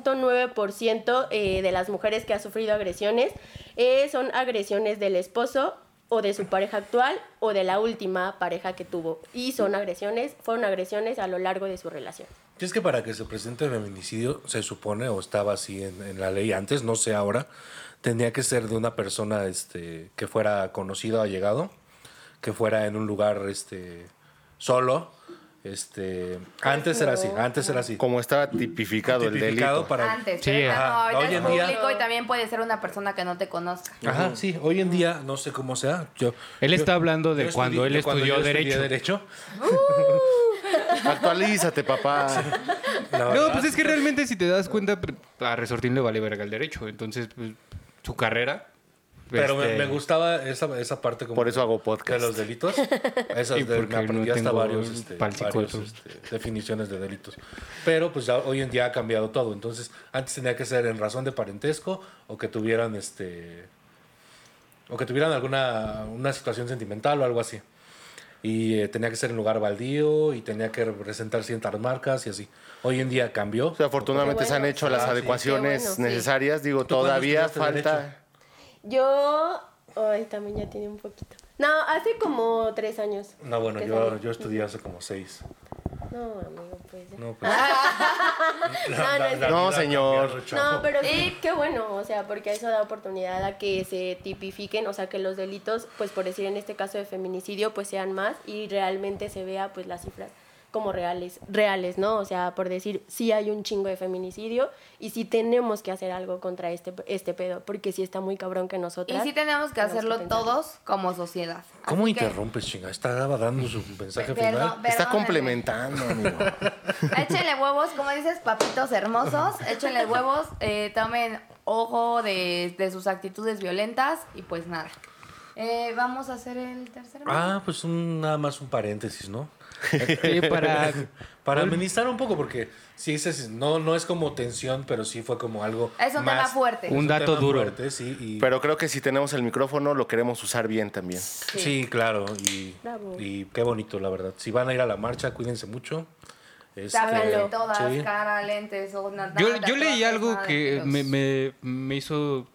43.9% eh, de las mujeres que ha sufrido agresiones eh, son agresiones del esposo o de su pareja actual o de la última pareja que tuvo. Y son agresiones, fueron agresiones a lo largo de su relación.
Y es que para que se presente feminicidio, se supone, o estaba así en, en la ley antes, no sé ahora, tenía que ser de una persona este, que fuera conocido o allegado, que fuera en un lugar este, solo. Este, antes era así, antes era así.
Como estaba tipificado,
Tipificado
el delito.
para...
Antes,
Sí,
pero
ajá.
no, ahorita
Hoy
es
en día-
público y también puede ser una persona que no te conozca.
Ajá, sí, hoy en día, no sé cómo sea. Yo,
Él
yo-
está hablando de
yo
cuando él
de
estudió
yo estudié
Derecho.
Actualízate, papá.
La
No,
verdad,
pues es que realmente si te das cuenta, pr- a Resortín le vale verga el derecho. Entonces, pues, su carrera.
Pero me,
este,
me gustaba esa, esa parte como
Por eso hago
de
podcast.
los delitos. Esas
Y
de-
porque
me aprendí
no
hasta
tengo
varios, este,
pal
varios,
psicólogo.
este, definiciones de delitos. Pero pues ya hoy en día ha cambiado todo. Entonces, antes tenía que ser en razón de parentesco o que tuvieran este o que tuvieran alguna una situación sentimental o algo así. y eh, tenía que ser en lugar baldío y tenía que representar ciertas marcas y así. Hoy en día cambió.
O sea, afortunadamente
Qué
se han
bueno.
hecho las
Ah, sí.
adecuaciones
Qué bueno, sí.
necesarias. Digo,
cuándo
todavía
estudiaste Derecho?
falta.
Yo. Ay, también ya tiene un poquito. No, hace como tres años.
No, bueno,
que
yo,
salí.
yo estudié hace como seis.
No, amigo, pues ya. No,
No, pues,
no, es que-
No,
vida
señor.
cambió, chavo.
No, pero
Eh.
sí, qué bueno, o sea, porque eso da oportunidad a que se tipifiquen, o sea, que los delitos, pues por decir en este caso de feminicidio, pues sean más y realmente se vea pues las cifras como reales, reales, ¿no? O sea, por decir, sí hay un chingo de feminicidio y sí tenemos que hacer algo contra este este pedo, porque sí está muy cabrón que
Y
nosotras.
sí tenemos que hacerlo
pensarlo.
todos como sociedad.
¿Cómo
Así que-
interrumpes, chinga? Estaba dando su mensaje
Perdón,
final.
Está
perdónenme.
complementando, amigo.
Échenle huevos, como dices, papitos hermosos. Échenle huevos, eh, tomen ojo de, de sus actitudes violentas y pues nada. Eh, vamos a hacer el tercer
Ah, pues un- nada más un paréntesis, ¿no?
Eh, para
Para amenizar un poco, porque sí, ese es- no, no es como tensión, pero sí fue como algo.
Es un tema
más-
fuerte.
Un dato
tema
duro.
fuerte, sí, y-
Pero creo que si tenemos el micrófono, lo queremos usar bien también.
sí. claro. Y,
Bravo.
y qué bonito, la verdad. Si van a ir a la marcha, cuídense mucho. Este,
Sábenlo todas,
sí.
cara, lentes, o nada.
pues Yo,
nada,
yo leí
todas,
algo
nada,
que
Dios.
me, me- me hizo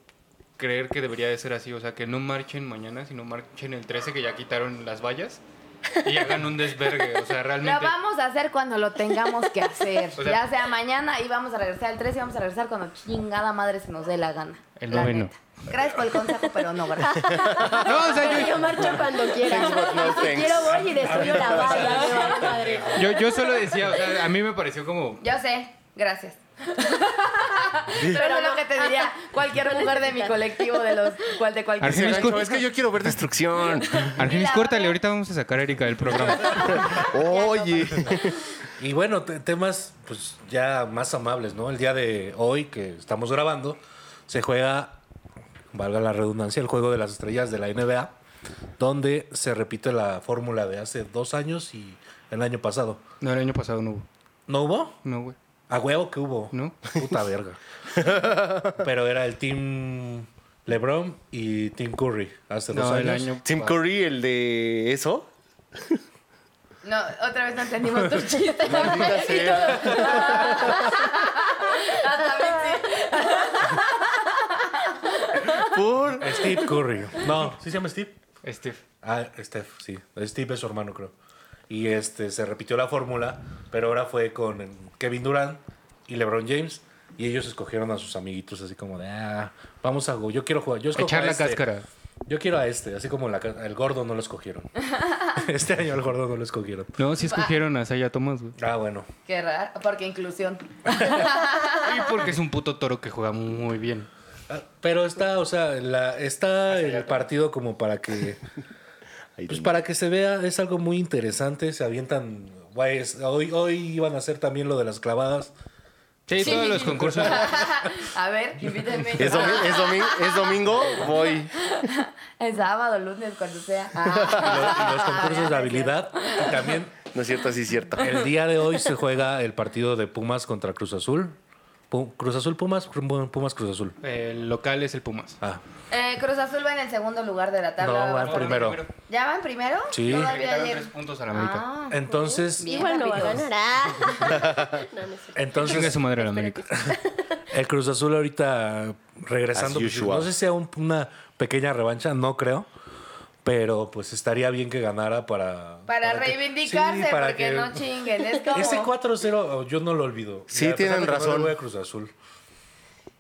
creer que debería de ser así, o sea, que no marchen mañana, sino marchen el 13 que ya quitaron las vallas y hagan un desvergue, o sea,
Lo
realmente...
vamos a hacer cuando lo tengamos que hacer.
O sea-
ya sea mañana y vamos a regresar al 13 y vamos a regresar cuando chingada madre se nos dé la gana.
El
la
noveno.
neta. Gracias por el consejo, pero no, gracias.
No, o sea,
Pero yo marcho cuando quiera.
Thanks, but no
Y si
thanks.
quiero voy y destruyo la valla, me vale madre.
yo, yo solo decía, o sea, a mí me pareció como...
Yo sé, gracias. Pero, es lo que te diría cualquier mujer de mi colectivo, de los cual de cualquier.
Dice
Argenis,
Gancho,
cor-
es que yo quiero ver destrucción.
Argenis, córtale, ahorita vamos a sacar a Erika del programa.
Oye.
Y bueno, te- temas pues ya más amables, ¿no? El día de hoy que estamos grabando se juega, valga la redundancia, el juego de las estrellas de la NBA, donde se repite la fórmula de hace dos años y el año pasado.
No, el año pasado no hubo.
¿No hubo?
No, güey.
A huevo que hubo.
¿No?
Puta verga. Pero era el team LeBron y team Curry hace dos
No, el
años.
año...
Tim Curry, el de eso.
No, otra vez no entendimos tu chiste.
Maldita sea. Por-
Steve Curry. No, ¿sí se llama Steve?
Steve.
Ah, Steph, sí. Steve es su hermano, creo. Y este se repitió la fórmula, pero ahora fue con Kevin Durant y LeBron James. Y ellos escogieron a sus amiguitos así como de, ah, vamos a, yo quiero jugar, yo escojo
Echar
a
la
este.
cáscara.
Yo quiero a este, así como la, ca- el gordo no lo escogieron. este año al gordo no lo escogieron.
No,
Ah.
sí escogieron a Saya Thomas, güey.
Ah, bueno.
Qué raro, porque inclusión. Ah.
Y porque es un puto toro que juega muy bien.
Ah, Pero está, o sea, la- está el partido como para que
Ahí
Pues
tenía.
para que se vea, es algo muy interesante. Se avientan. güey, es- hoy, hoy iban a hacer también lo de las clavadas.
Sí, todos los concursos.
A ver, invítenme.
¿Es, domi- es domi- es domingo, voy.
El sábado, lunes, cuando sea.
y lo- y los, concursos de
Ah,
habilidad. Y también
No es cierto, sí es cierto.
el día de hoy se juega el partido de Pumas contra Cruz Azul. Pu- Cruz Azul, Pumas, Cru- Pumas, Cruz Azul.
El local es el Pumas.
Ah,
Eh, Cruz Azul va en el segundo lugar de la tabla.
No, va en primero.
¿Ya van primero?
Sí.
Le
Todavía
quitaron
ayer.
tres puntos a la América.
Ah,
Entonces,
Bien.
Igual no va a
rápidos.
ganar. ah. No, no es cierto.
Chinga
entonces
su madre a la América.
el Cruz Azul ahorita regresando.
As
pues,
usual.
no sé si sea un- una pequeña revancha, no creo. Pero pues estaría bien que ganara para.
Para
que-
reivindicarse,
sí, para
porque
que-
no chinguen. Es como.
Ese 4-0 oh, yo no lo olvido.
Sí,
Y a pesar
tienen
de que no le
razón.
voy a Cruz Azul.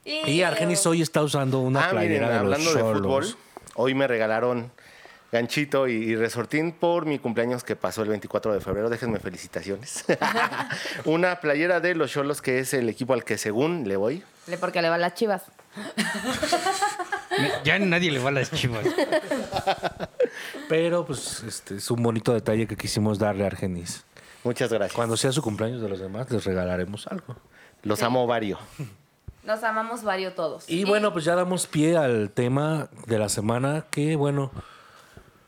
Y Argenis hoy está usando una
Ah, miren,
playera de los
hablando de
Cholos.
fútbol, hoy me regalaron ganchito y, y resortín por mi cumpleaños que pasó el 24 de febrero. Déjenme felicitaciones. Una playera de los Cholos, que es el equipo al que según le voy.
Le- Porque le van las chivas.
Ya nadie le va a las chivas.
Pero pues este es un bonito detalle que quisimos darle a Argenis.
Muchas gracias.
Cuando sea su cumpleaños de los demás, les regalaremos algo.
Los amo vario.
Nos amamos varios todos.
Y bueno, pues ya damos pie al tema de la semana, que bueno,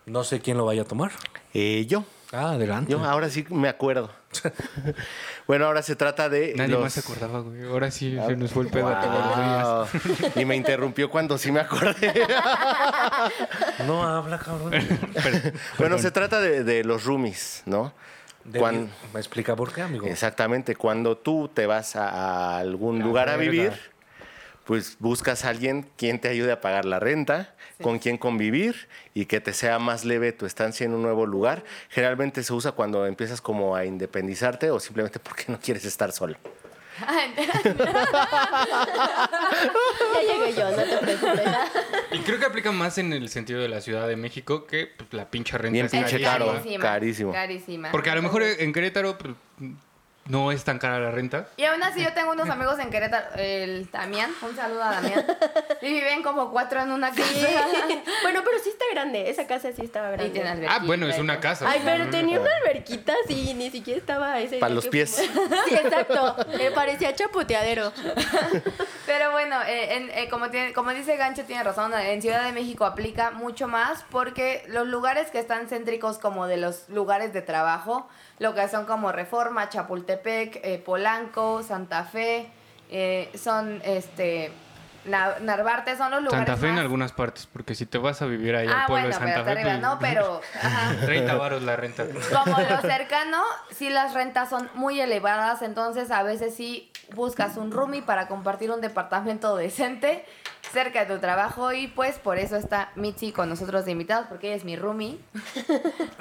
no sé quién lo vaya a tomar.
Eh, yo.
Ah, adelante.
Yo ahora sí me acuerdo. bueno, ahora se trata de.
Nadie
los- Ah.
más se acordaba, güey. Ahora sí se nos fue el pedo. a todos.
Wow. Y me interrumpió cuando sí me acordé.
No habla, cabrón.
bueno, se trata de, de los roomies, ¿no?
De-
Cuan-
¿Me explica por qué, amigo?
Exactamente, cuando tú te vas a, a algún lugar a
verga.
vivir, pues buscas a alguien quien te ayude a pagar la renta, con quien convivir y que te sea más leve tu estancia en un nuevo lugar. Generalmente se usa cuando empiezas como a independizarte o simplemente porque no quieres estar solo.
Ya llegué yo, no te preocupes.
Y creo que aplica más en el sentido de la Ciudad de México que pues, la pinche renta.
Bien
es
pinche
carísima.
caro.
Carísima,
carísimo.
Carísima.
Porque a lo mejor en Querétaro pues, no es tan cara la renta.
Y aún así yo tengo unos amigos en Querétaro, el Damián, un saludo a Damián. Y viven como cuatro en una casa.
bueno, pero sí está grande. Esa casa sí estaba
Y tiene
grande.
alberquita
Ah, bueno, es
y
una
todo.
casa.
Ay, pero
Mm.
tenía una alberquita así, ni siquiera estaba ese.
Para los
que-
pies.
Sí, exacto. Me parecía chapoteadero.
Pero bueno, eh, en- eh, como, tiene- como dice Gancho, tiene razón. En Ciudad de México aplica mucho más porque los lugares que están céntricos como de los lugares de trabajo, lo que son como Reforma, Chapultepec, eh, Polanco, Santa Fe, eh, son este... Na- Narvarte son los lugares
Santa Fe en
más-
algunas partes, porque si te vas a vivir ahí
Ah,
al pueblo
bueno,
de
pero
Santa
hasta
Fe,
arriba,
pues,
no, pero... ajá.
30 varos la renta.
como lo cercano, sí las rentas son muy elevadas, entonces a veces sí buscas un roomie para compartir un departamento decente cerca de tu trabajo y pues por eso está Mitzi con nosotros de invitados, porque ella es mi roomie.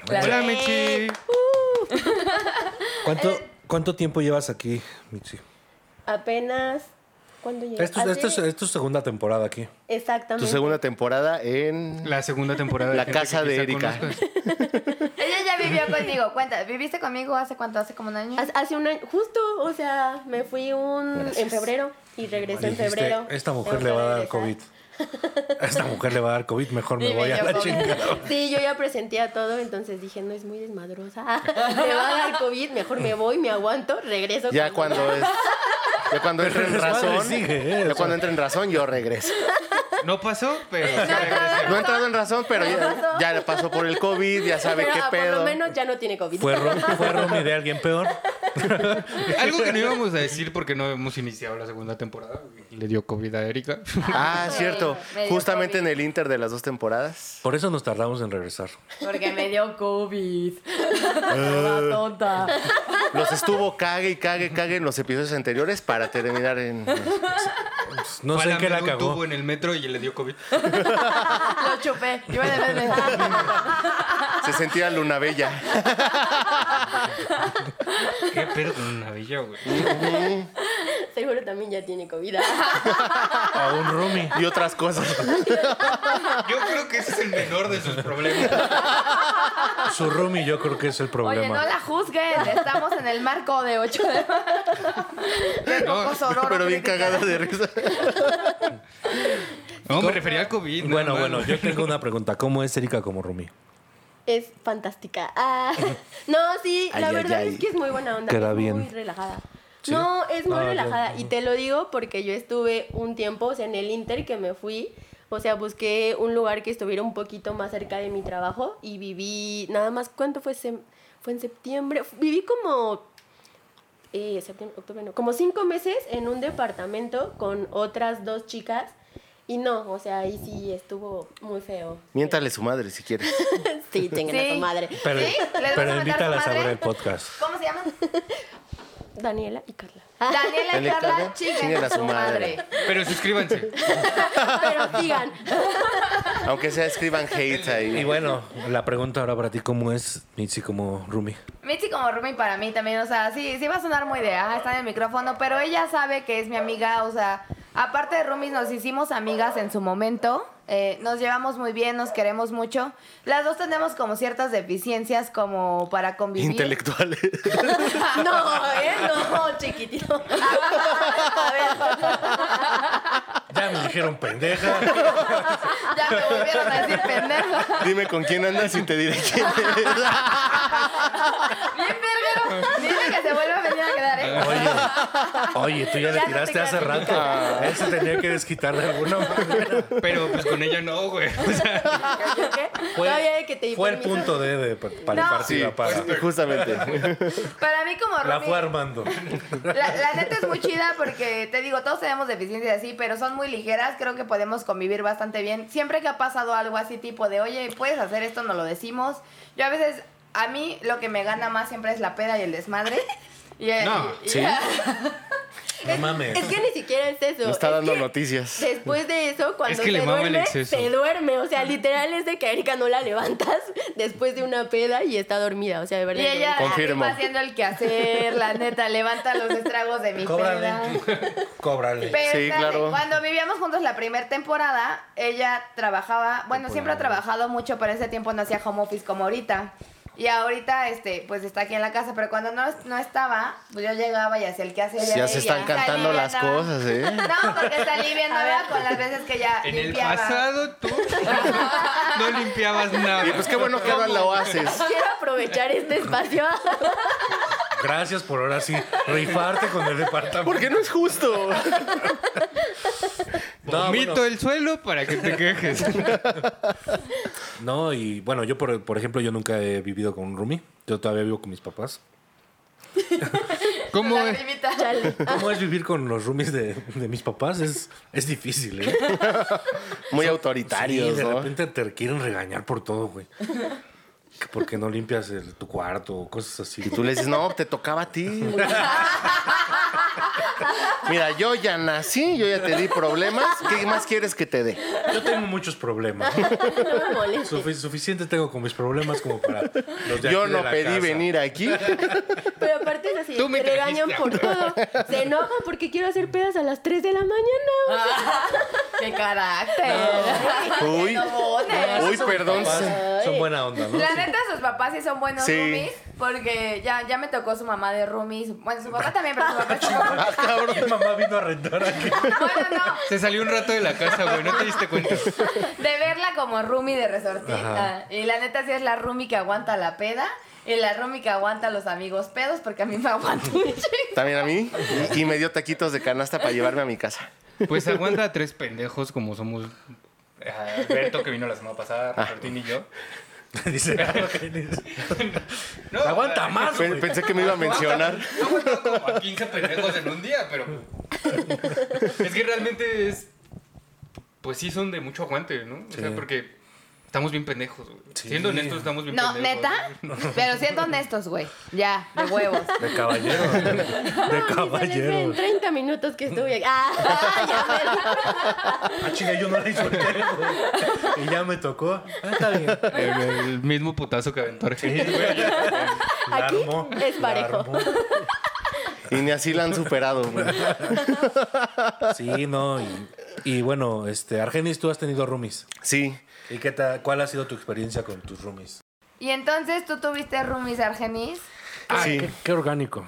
La-
Hola, Michi.
¿Cuánto,
Eh,
¿Cuánto tiempo llevas aquí, Mitzi?
Apenas. ¿Cuándo llegó?
Esto, es- esto es-
Hace-
esto es segunda temporada aquí.
Exactamente.
Tu segunda temporada en...
La segunda temporada. de
La
gente
casa
que
de
quizá
Erika.
conozcas.
Ella ya vivió conmigo, cuenta, ¿viviste conmigo hace cuánto? ¿Hace como un año?
Hace- Hace un año, justo, o sea, me fui un en febrero y regresé en
Dijiste,
febrero.
Esta mujer
Tengo
le
que
va a dar
regresar".
COVID. A Esta mujer le va a dar COVID, mejor me
Dime
voy a
yo
la
cómo.
chingada.
Sí, yo ya presentía todo, entonces dije, no es muy desmadrosa. Me va a dar COVID, mejor me voy, me aguanto, regreso.
Ya cuando es... Ya cuando entra en
el desmadre
razón,
sigue, ¿eh? O
ya
sea.
cuando entra en razón, yo regreso.
No pasó, pero
No he entrado en razón, pero ya, ya le pasó por el COVID, ya sabe
Pero,
qué
ah, Por lo
pedo.
menos ya no tiene COVID.
¿Fue, rom- fue roomie de alguien peor?
algo que no íbamos a decir porque no hemos iniciado la segunda temporada. Le dio COVID a Erika.
Ah, cierto.
medio
Justamente
COVID.
en el Inter de las dos temporadas.
Por eso nos tardamos en regresar.
Porque me dio COVID.
Ah.
Toda tonta.
Los estuvo cague y cague, cague en los episodios anteriores para terminar en...
No sé en qué la
Palamero
cagó.
tuvo en el metro y le dio COVID.
Lo chupé. Yo me
Se sentía Luna Bella.
Qué pedo con una villa, güey.
Seguro también ya tiene COVID.
A un roomie.
Y otras cosas.
Yo creo que ese es el menor de sus problemas.
Su roomie yo creo que es el
Oye, no
problema.
la juzguen. Estamos en el marco de 8 de
No,
Coco Sororo
Pero bien
critica.
cagada de risa.
No, me refería a COVID. nada
Bueno,
más.
bueno, yo tengo una pregunta. ¿Cómo es Erika como roomie?
Es fantástica. Ah, no, sí, la
Ay, ay,
verdad
ay.
es que es muy buena onda.
Queda
es Muy
bien.
relajada.
¿Sí?
No, es muy
Ah, ya,
relajada. Y
ujú.
te lo digo porque yo estuve un tiempo, o sea, en el Inter que me fui, o sea, busqué un lugar que estuviera un poquito más cerca de mi trabajo y viví, nada más, ¿cuánto fue? Sem- fue en septiembre. Viví como eh, septiembre, octubre, no, como cinco meses en un departamento con otras dos chicas. Y no, o sea, ahí sí estuvo muy feo.
Miéntale su madre si quieres.
Sí, tengan a
Sí.
su madre.
Pero,
¿Sí? ¿Les vas a
pero
mentar
invítalas
su
a
madre?
ver el podcast.
¿Cómo se llaman?
Daniela y Carla.
Daniela y
Daniela y
Carla,
Carla,
chinguen
chinguen
a
a
su
su
madre.
Pero suscríbanse.
Pero sigan.
Aunque sea escriban hate
Y
ahí.
bueno, la pregunta ahora para ti, ¿cómo es Mitzi como roomie?
Mitzi como Rumi para mí también, o sea, sí, sí va a sonar muy de, ah, está en el micrófono, pero ella sabe que es mi amiga, o sea, aparte de Rumis nos hicimos amigas en su momento, eh, nos llevamos muy bien, nos queremos mucho. Las dos tenemos como ciertas deficiencias como para convivir.
Intelectuales.
No, eh, no, chiquitito.
A ver,
Ya Ya me dijeron pendeja.
Ya me volvieron a decir pendeja.
Dime con quién andas y te diré quién eres.
Bien, verguero. Dime que se vuelve a venir a quedar, ¿eh?
Oye, oye, tú ya le
Ya no te
tiraste
quedas
hace
sin
rato. Él se tenía que desquitar de alguna manera.
Pero pues con ella no, güey. O sea,
¿Yo qué?
Fue-
Todavía de que te di
Fue el
permiso.
punto de, de- para el
No.
partido. para-
pues, Justamente.
Para mí, como
La
Rumi,
fue armando.
la, la neta es muy chida porque te digo, todos tenemos deficiencias así, pero son muy ligeras. Creo que podemos convivir bastante bien. Siempre que ha pasado algo así, tipo de, oye, puedes hacer esto, nos lo decimos. Yo a veces, a mí lo que me gana más siempre es la peda y el desmadre. Y,
No,
y- y-
sí.
No
Es
mames.
que ni siquiera es eso.
No está
es
dando
que
noticias.
Después de eso, cuando
Es que
se
le mama el
duerme,
exceso.
se duerme. O sea, literal es de que a Erika no la levantas después de una peda y está dormida. O sea, de
Y
verdad.
ella
Confirmo.
va haciendo el quehacer, la neta, levanta los estragos de mi peda.
Cóbrale. Cóbrale.
Pero
Sí,
espérate,
claro.
cuando vivíamos juntos la primera temporada, ella trabajaba, bueno, siempre ha trabajado mucho, pero ese tiempo no hacía home office como ahorita. Y ahorita, este, pues está aquí en la casa, pero cuando no, no estaba, pues yo llegaba y hacía el que hace
Ya se están cantando las cosas, ¿eh?
No, porque salí bien nueva con las veces que ya
en el
limpiaba.
pasado tú no limpiabas nada.
Y pues qué bueno que ahora lo haces.
Quiero aprovechar este espacio.
Gracias por ahora sí rifarte con el departamento.
Porque no es justo.
No,
Vomito
bueno,
el suelo para que te quejes.
no, y bueno, yo por, por ejemplo, yo nunca he vivido con un roomie. Yo todavía vivo con mis papás.
¿Cómo es?
Lagrimita.
Chale.
¿Cómo es vivir con los roomies de, de mis papás? Es, es difícil, ¿eh?
Muy
Sí,
autoritarios,
de
¿no?
repente te quieren regañar por todo, güey. Que Porque no limpias el- tu cuarto o cosas así.
Y tú le dices, no, te tocaba a ti. Mira, yo ya nací, yo ya te di problemas. ¿Qué más quieres que te dé?
Yo tengo muchos problemas.
No me molestes.
Sufi- suficiente tengo con mis problemas como para los de
Yo
aquí de
no
la
pedí
casa.
venir aquí.
Pero aparte es así,
Tú me
te regañan por
trajiste.
todo. Se enoja porque quiero hacer pedas a las 3 de la mañana.
¡Qué carácter!
Uy,
Ah, ¡Qué
uy, perdón.
Papás Son buena onda, ¿no?
La neta, sus papás sí son buenos
Sí.
roomies, porque ya, ya me tocó su mamá de roomies. Bueno, su papá también, pero su papá es un poco-
Ah, cabrón.
Mi mamá vino a rentar aquí.
Bueno, no,
Se salió un rato de la casa, güey. No te diste cuenta.
de verla como roomie de resortita.
Ajá.
Y la neta sí es la roomie que aguanta la peda y la roomie que aguanta los amigos pedos, porque a mí me aguanta un chingo.
También a mí. Y, y me dio taquitos de canasta para llevarme a mi casa.
Pues aguanta a tres pendejos como somos eh, Alberto, que vino la semana pasada,
Ah.
Martín y yo.
Dice,
No,
aguanta más,
Pe-
güey.
Pensé que me iba a mencionar.
Yo aguantaba como a 15 pendejos en un día, pero. Es que realmente es. Pues sí, son de mucho aguante, ¿no? O sea,
Sí.
porque estamos bien pendejos. güey.
Sí.
Siendo honestos, estamos bien
No,
pendejos.
neta, pero siendo honestos, güey. Ya, de huevos.
De caballero. De,
Ah, Caballero.
caballero.
En 30 minutos que estuve aquí. Ah, ya me
Ah, chinga, yo no la hice. Y ya me tocó. Ah, está bien.
El, el mismo putazo que aventó Argenis, güey.
La
Aquí
armó,
es
la
parejo.
armó.
Y ni así la han superado. güey.
Sí, no. Y, y bueno, este, Argenis, tú has tenido roomies.
Sí.
¿Y qué tal? ¿Cuál ha sido tu experiencia con tus roomies?
Y entonces, ¿tú tuviste roomies, Argenis?
Sí.
orgánico.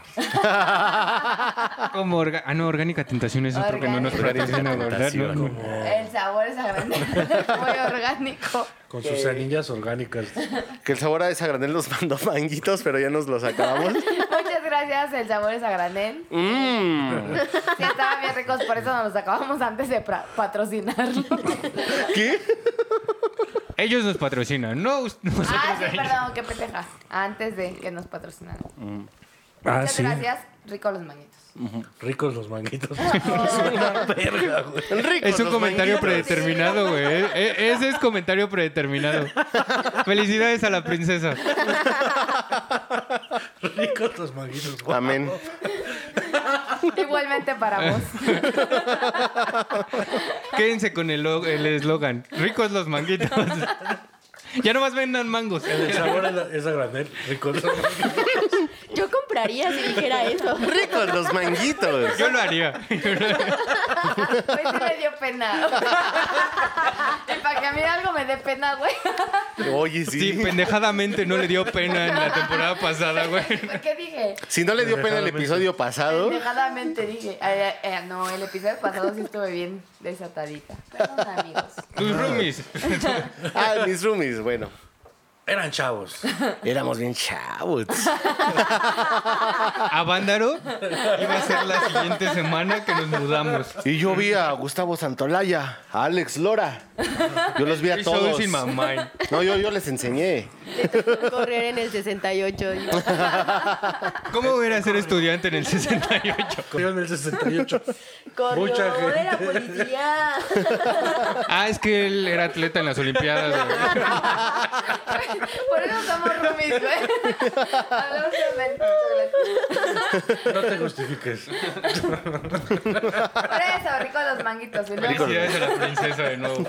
Como orga- ah, no, Orgánica Tentación es otro que no nos
Orgánica
patrocina, ¿verdad? No,
Tentación.
no.
El sabor es a granel, muy orgánico.
Con sus anillas orgánicas.
Que el sabor a esa granel los mandó manguitos, pero ya nos los acabamos.
Muchas gracias, el sabor es a granel.
Mmm.
Sí, estaban bien ricos, por eso nos los acabamos antes de pra- patrocinarlo.
¿Qué?
Ellos nos patrocinan, no us- nosotros
ah,
a
sí,
ellos.
perdón, qué pendeja. Antes de que nos patrocinaran.
Ah,
Muchas
sí.
gracias, rico los manguitos.
Ricos los manguitos. es una verga, güey.
Ricos
Es un
los
comentario
manguitos.
predeterminado, güey. E- e- Ese es comentario predeterminado. Felicidades a la princesa.
Ricos los manguitos. güey.
Amén.
Igualmente
Eh.
para vos.
Quédense con el lo- el eslogan. Ricos los manguitos. Ya nomás vendan mangos.
El sabor es, la- es a granel. Ricos los manguitos.
Yo compraría si dijera eso.
Ricos los manguitos.
Yo lo haría.
Güey, Pues sí me dio pena. y para que a mí algo me dé pena, güey.
Oye, sí.
Sí, pendejadamente no le dio pena en la temporada pasada, güey.
¿Qué dije?
si no le dio pena el episodio
¿Ah?
pasado,
Pendejadamente dije. Eh, eh, no, el episodio pasado sí estuve bien desatadita. Perdón, amigos.
Tus roomies.
ah, mis roomies, bueno,
Eran chavos.
éramos bien chavos.
Avándaro iba a ser la siguiente semana que nos mudamos.
Y yo vi a Gustavo Santolaya, a Alex Lora. Yo los vi a
Y Soul
todos.
in my mind.
No, yo, yo les enseñé.
Te tocó correr en el 68. y-
¿Cómo era ser estudiante en el 68?
Corrió en el 68.
Corrió
Mucha
de la
gente.
policía.
Ah, es que él era atleta en las Olimpiadas. güey.
Por eso somos roomies, güey. Hablamos de mentira.
No te justifiques.
Por eso, rico los manguitos. ¿no?
Felicidades a la princesa de nuevo.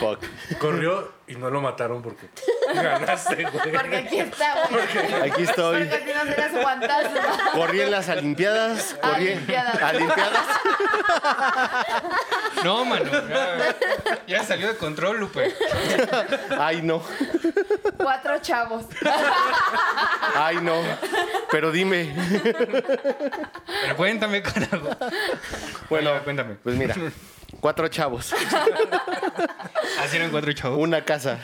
Fuck.
Corrió y no lo mataron porque ganaste, güey.
Porque aquí está, güey.
Aquí estoy.
Porque aquí no serás fantasma.
Corrí en las Olimpiadas. Corrí
Olimpiadas.
Olimpiadas.
No, mano. Ya, ya salió de control, Lupe.
Ay, no.
Cuatro chavos.
Ay, no. Pero dime.
Pero cuéntame, carajo. Bueno, cuéntame.
Pues mira, cuatro chavos,
Así Ah, eran cuatro chavos.
una casa.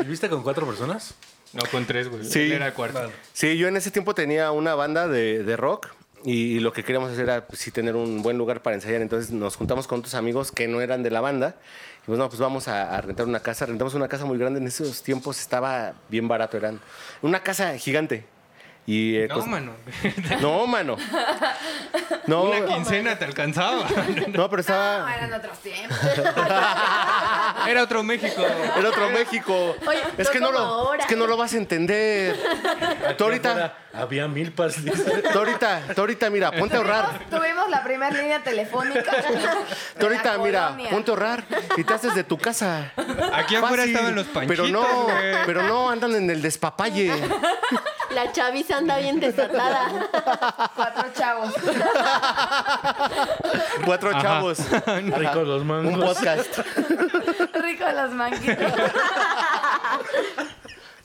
¿Viviste con cuatro personas?
No, con tres, güey.
Sí.
Él era cuarto.
Sí, yo en ese tiempo tenía una banda de, de rock y, lo que queríamos hacer era pues, sí tener un buen lugar para ensayar. Entonces nos juntamos con otros amigos que no eran de la banda. Y pues no, pues vamos a, a rentar una casa. Rentamos una casa muy grande. En esos tiempos estaba bien barato. Eran una casa gigante. Y, eh,
No,
cost-
mano.
No, mano. No,
Una quincena te alcanzaba.
no, pero
No,
estaba...
Ah, eran otros tiempos.
Era otro México.
El otro México.
Oye,
es,
no
que no
como
lo,
ahora.
es que no lo vas a entender.
Aquí
Tú ahorita-
afuera Había mil dice.
Tú ahorita, tú ahorita, mira, ponte a ahorrar.
Tuvimos, tuvimos la primera línea telefónica.
Tú ahorita,
La
mira,
colonia.
ponte a ahorrar y te haces de tu casa.
Aquí afuera
Fácil.
estaban los panchitos,
Pero no,
güey.
pero no, andan en el despapalle.
La chaviza anda bien desatada.
Cuatro chavos.
Cuatro
Ajá.
chavos.
Ricos los
Un
mangos.
podcast.
Rico los manguitos.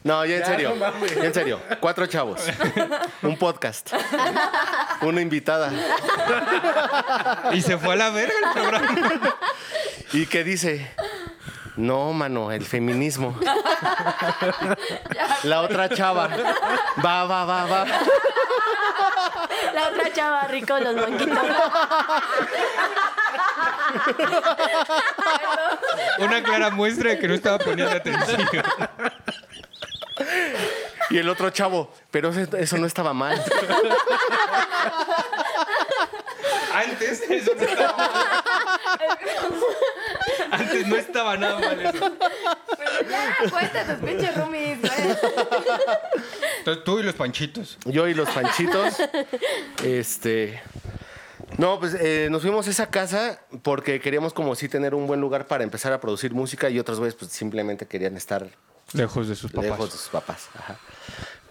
No, ya en
Ya,
serio.
no mames.
Ya en serio. Cuatro chavos. Un podcast. Una invitada.
Y se fue a la verga el programa.
Y que dice. No, mano, el feminismo. La otra chava. Va, va, va, va.
La otra chava rico los manguitos.
Una clara muestra de que no estaba poniendo atención.
Y el otro chavo. Pero eso- eso no estaba mal.
Antes eso no estaba Antes no estaba nada mal eso.
Pero ya, cuenta tus pinches roomies, güey.
Entonces, tú y los panchitos.
yo y los panchitos. este. No, pues eh, nos fuimos a esa casa porque queríamos como sí tener un buen lugar para empezar a producir música y otros güeyes pues simplemente querían estar
Lejos de sus papás.
lejos de sus papás. Ajá.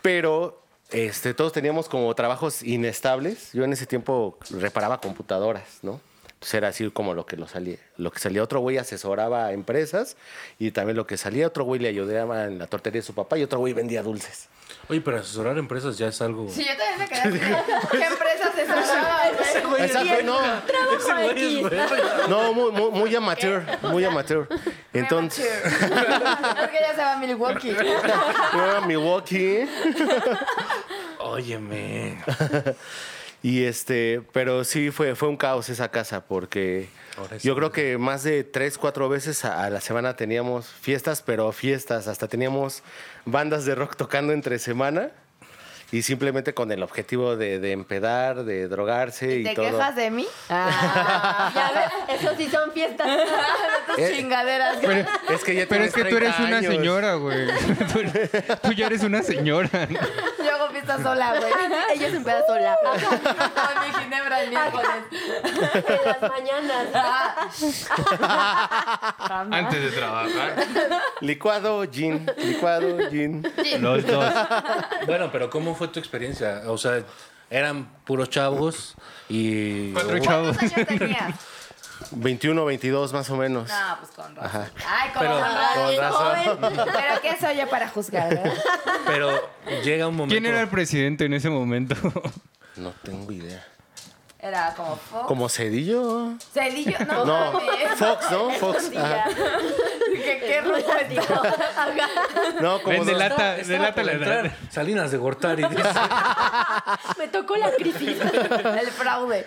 Pero este, todos teníamos como trabajos inestables. Yo en ese tiempo reparaba computadoras, ¿no? Entonces era así como lo que lo salía. Lo que salía otro güey asesoraba a empresas y también lo que salía otro güey le ayudaba en la tortería de su papá y otro güey vendía dulces.
Oye, pero asesorar empresas ya es algo.
Sí, yo también me quedé así. ¿Qué empresas se cerraban, güey?
Esa fue- no,
Ese
Trabajo
güey
aquí.
es verga.
No, muy, muy, muy amateur, muy amateur. Entonces,
Es que ya se va a Milwaukee.
fue a Milwaukee
Óyeme.
y este, pero sí fue, fue un caos esa casa porque
Ahora sí.
yo creo que más de tres, cuatro veces a, a la semana teníamos fiestas, pero fiestas, hasta teníamos bandas de rock tocando entre semana y simplemente con el objetivo de, de empedar, de drogarse y,
¿Te
todo.
quejas de mí?
Ya ves, eso sí son fiestas.
Tus
Eh,
chingaderas.
Pero
Es que ya
pero
tienes
es que tú eres
30
una
años.
señora, güey. Tú, tú ya eres una señora.
Yo hago hago fiesta sola, güey.
Ella se empeda sola.
Con mi ginebra el miércoles.
en las mañanas.
Ah.
Antes de trabajar.
Licuado, gin, licuado, gin.
Los dos. Bueno, pero ¿cómo fue tu experiencia? O sea, eran puros chavos y...
Cuatro chavos.
¿Cuántos años tenías?
21, 22 más o menos.
No, pues con razón.
Ajá.
Ay, con
Pero
razón.
con razón.
Pero qué soy yo para juzgar, ¿verdad?
Pero llega un momento...
¿Quién era el presidente en ese momento?
No tengo idea.
Era como Fox.
¿Como cedillo?
Cedillo. No,
No,
mames.
Fox, ¿no? Fox. Ajá.
¿Qué, qué rojo es todo.
No, como
Ven,
dos-
delata,
Estaba
delata
por
la
entrar
edad.
Salinas de Gortari. dice,
Me tocó la crisis.
El fraude.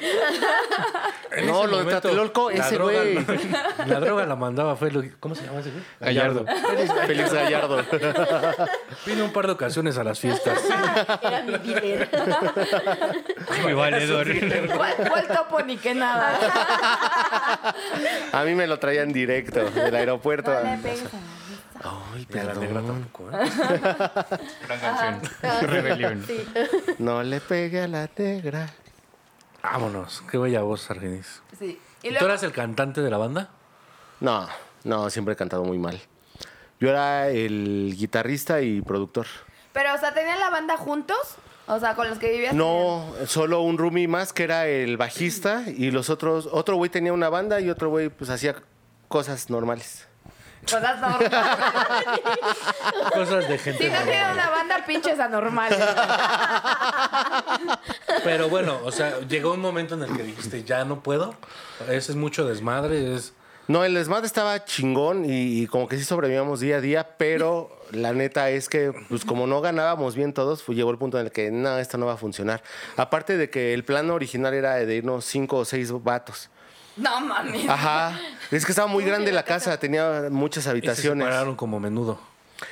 en
No,
ese
lo de
momento,
Tlatelolco,
la
ese
droga-
güey.
La droga la mandaba Félix. ¿Cómo se llama ese güey?
Gallardo.
Félix, Félix Gallardo.
Vino un par de ocasiones a las fiestas.
Era mi dealer.
Mi valedor.
¿Cuál, cuál topo ni qué nada?
A mí me lo traían directo del aeropuerto. a mi casa. Ay,
Y a la negra
perdón.
tampoco, ¿eh?
Gran canción. Rebelión.
No le pegue a la negra.
Vámonos. Qué bella voz, Argenis.
Sí. Y
¿Tú
luego,
eras el cantante de la banda?
No, no, siempre he cantado muy mal. Yo era el guitarrista y productor.
pero, o sea, ¿tenían la banda juntos? O sea, con los que vivías.
No, solo un roomie más que era el bajista y los otros, otro güey tenía una banda y otro güey pues hacía cosas normales.
Cosas normales.
Cosas de gente.
Si no
normal.
tiene una banda, pinches anormales.
Pero bueno, o sea, llegó un momento en el que dijiste, ya no puedo. Ese es mucho desmadre. Es...
No, el desmadre estaba chingón y, y como que sí sobrevivíamos día a día, pero la neta es que pues como no ganábamos bien todos, pues, llegó el punto en el que no, esto no va a funcionar. Aparte de que el plan original era de irnos cinco o seis vatos.
No mames.
Ajá. Es que estaba muy grande la casa, tenía muchas
y se
habitaciones.
separaron como menudo.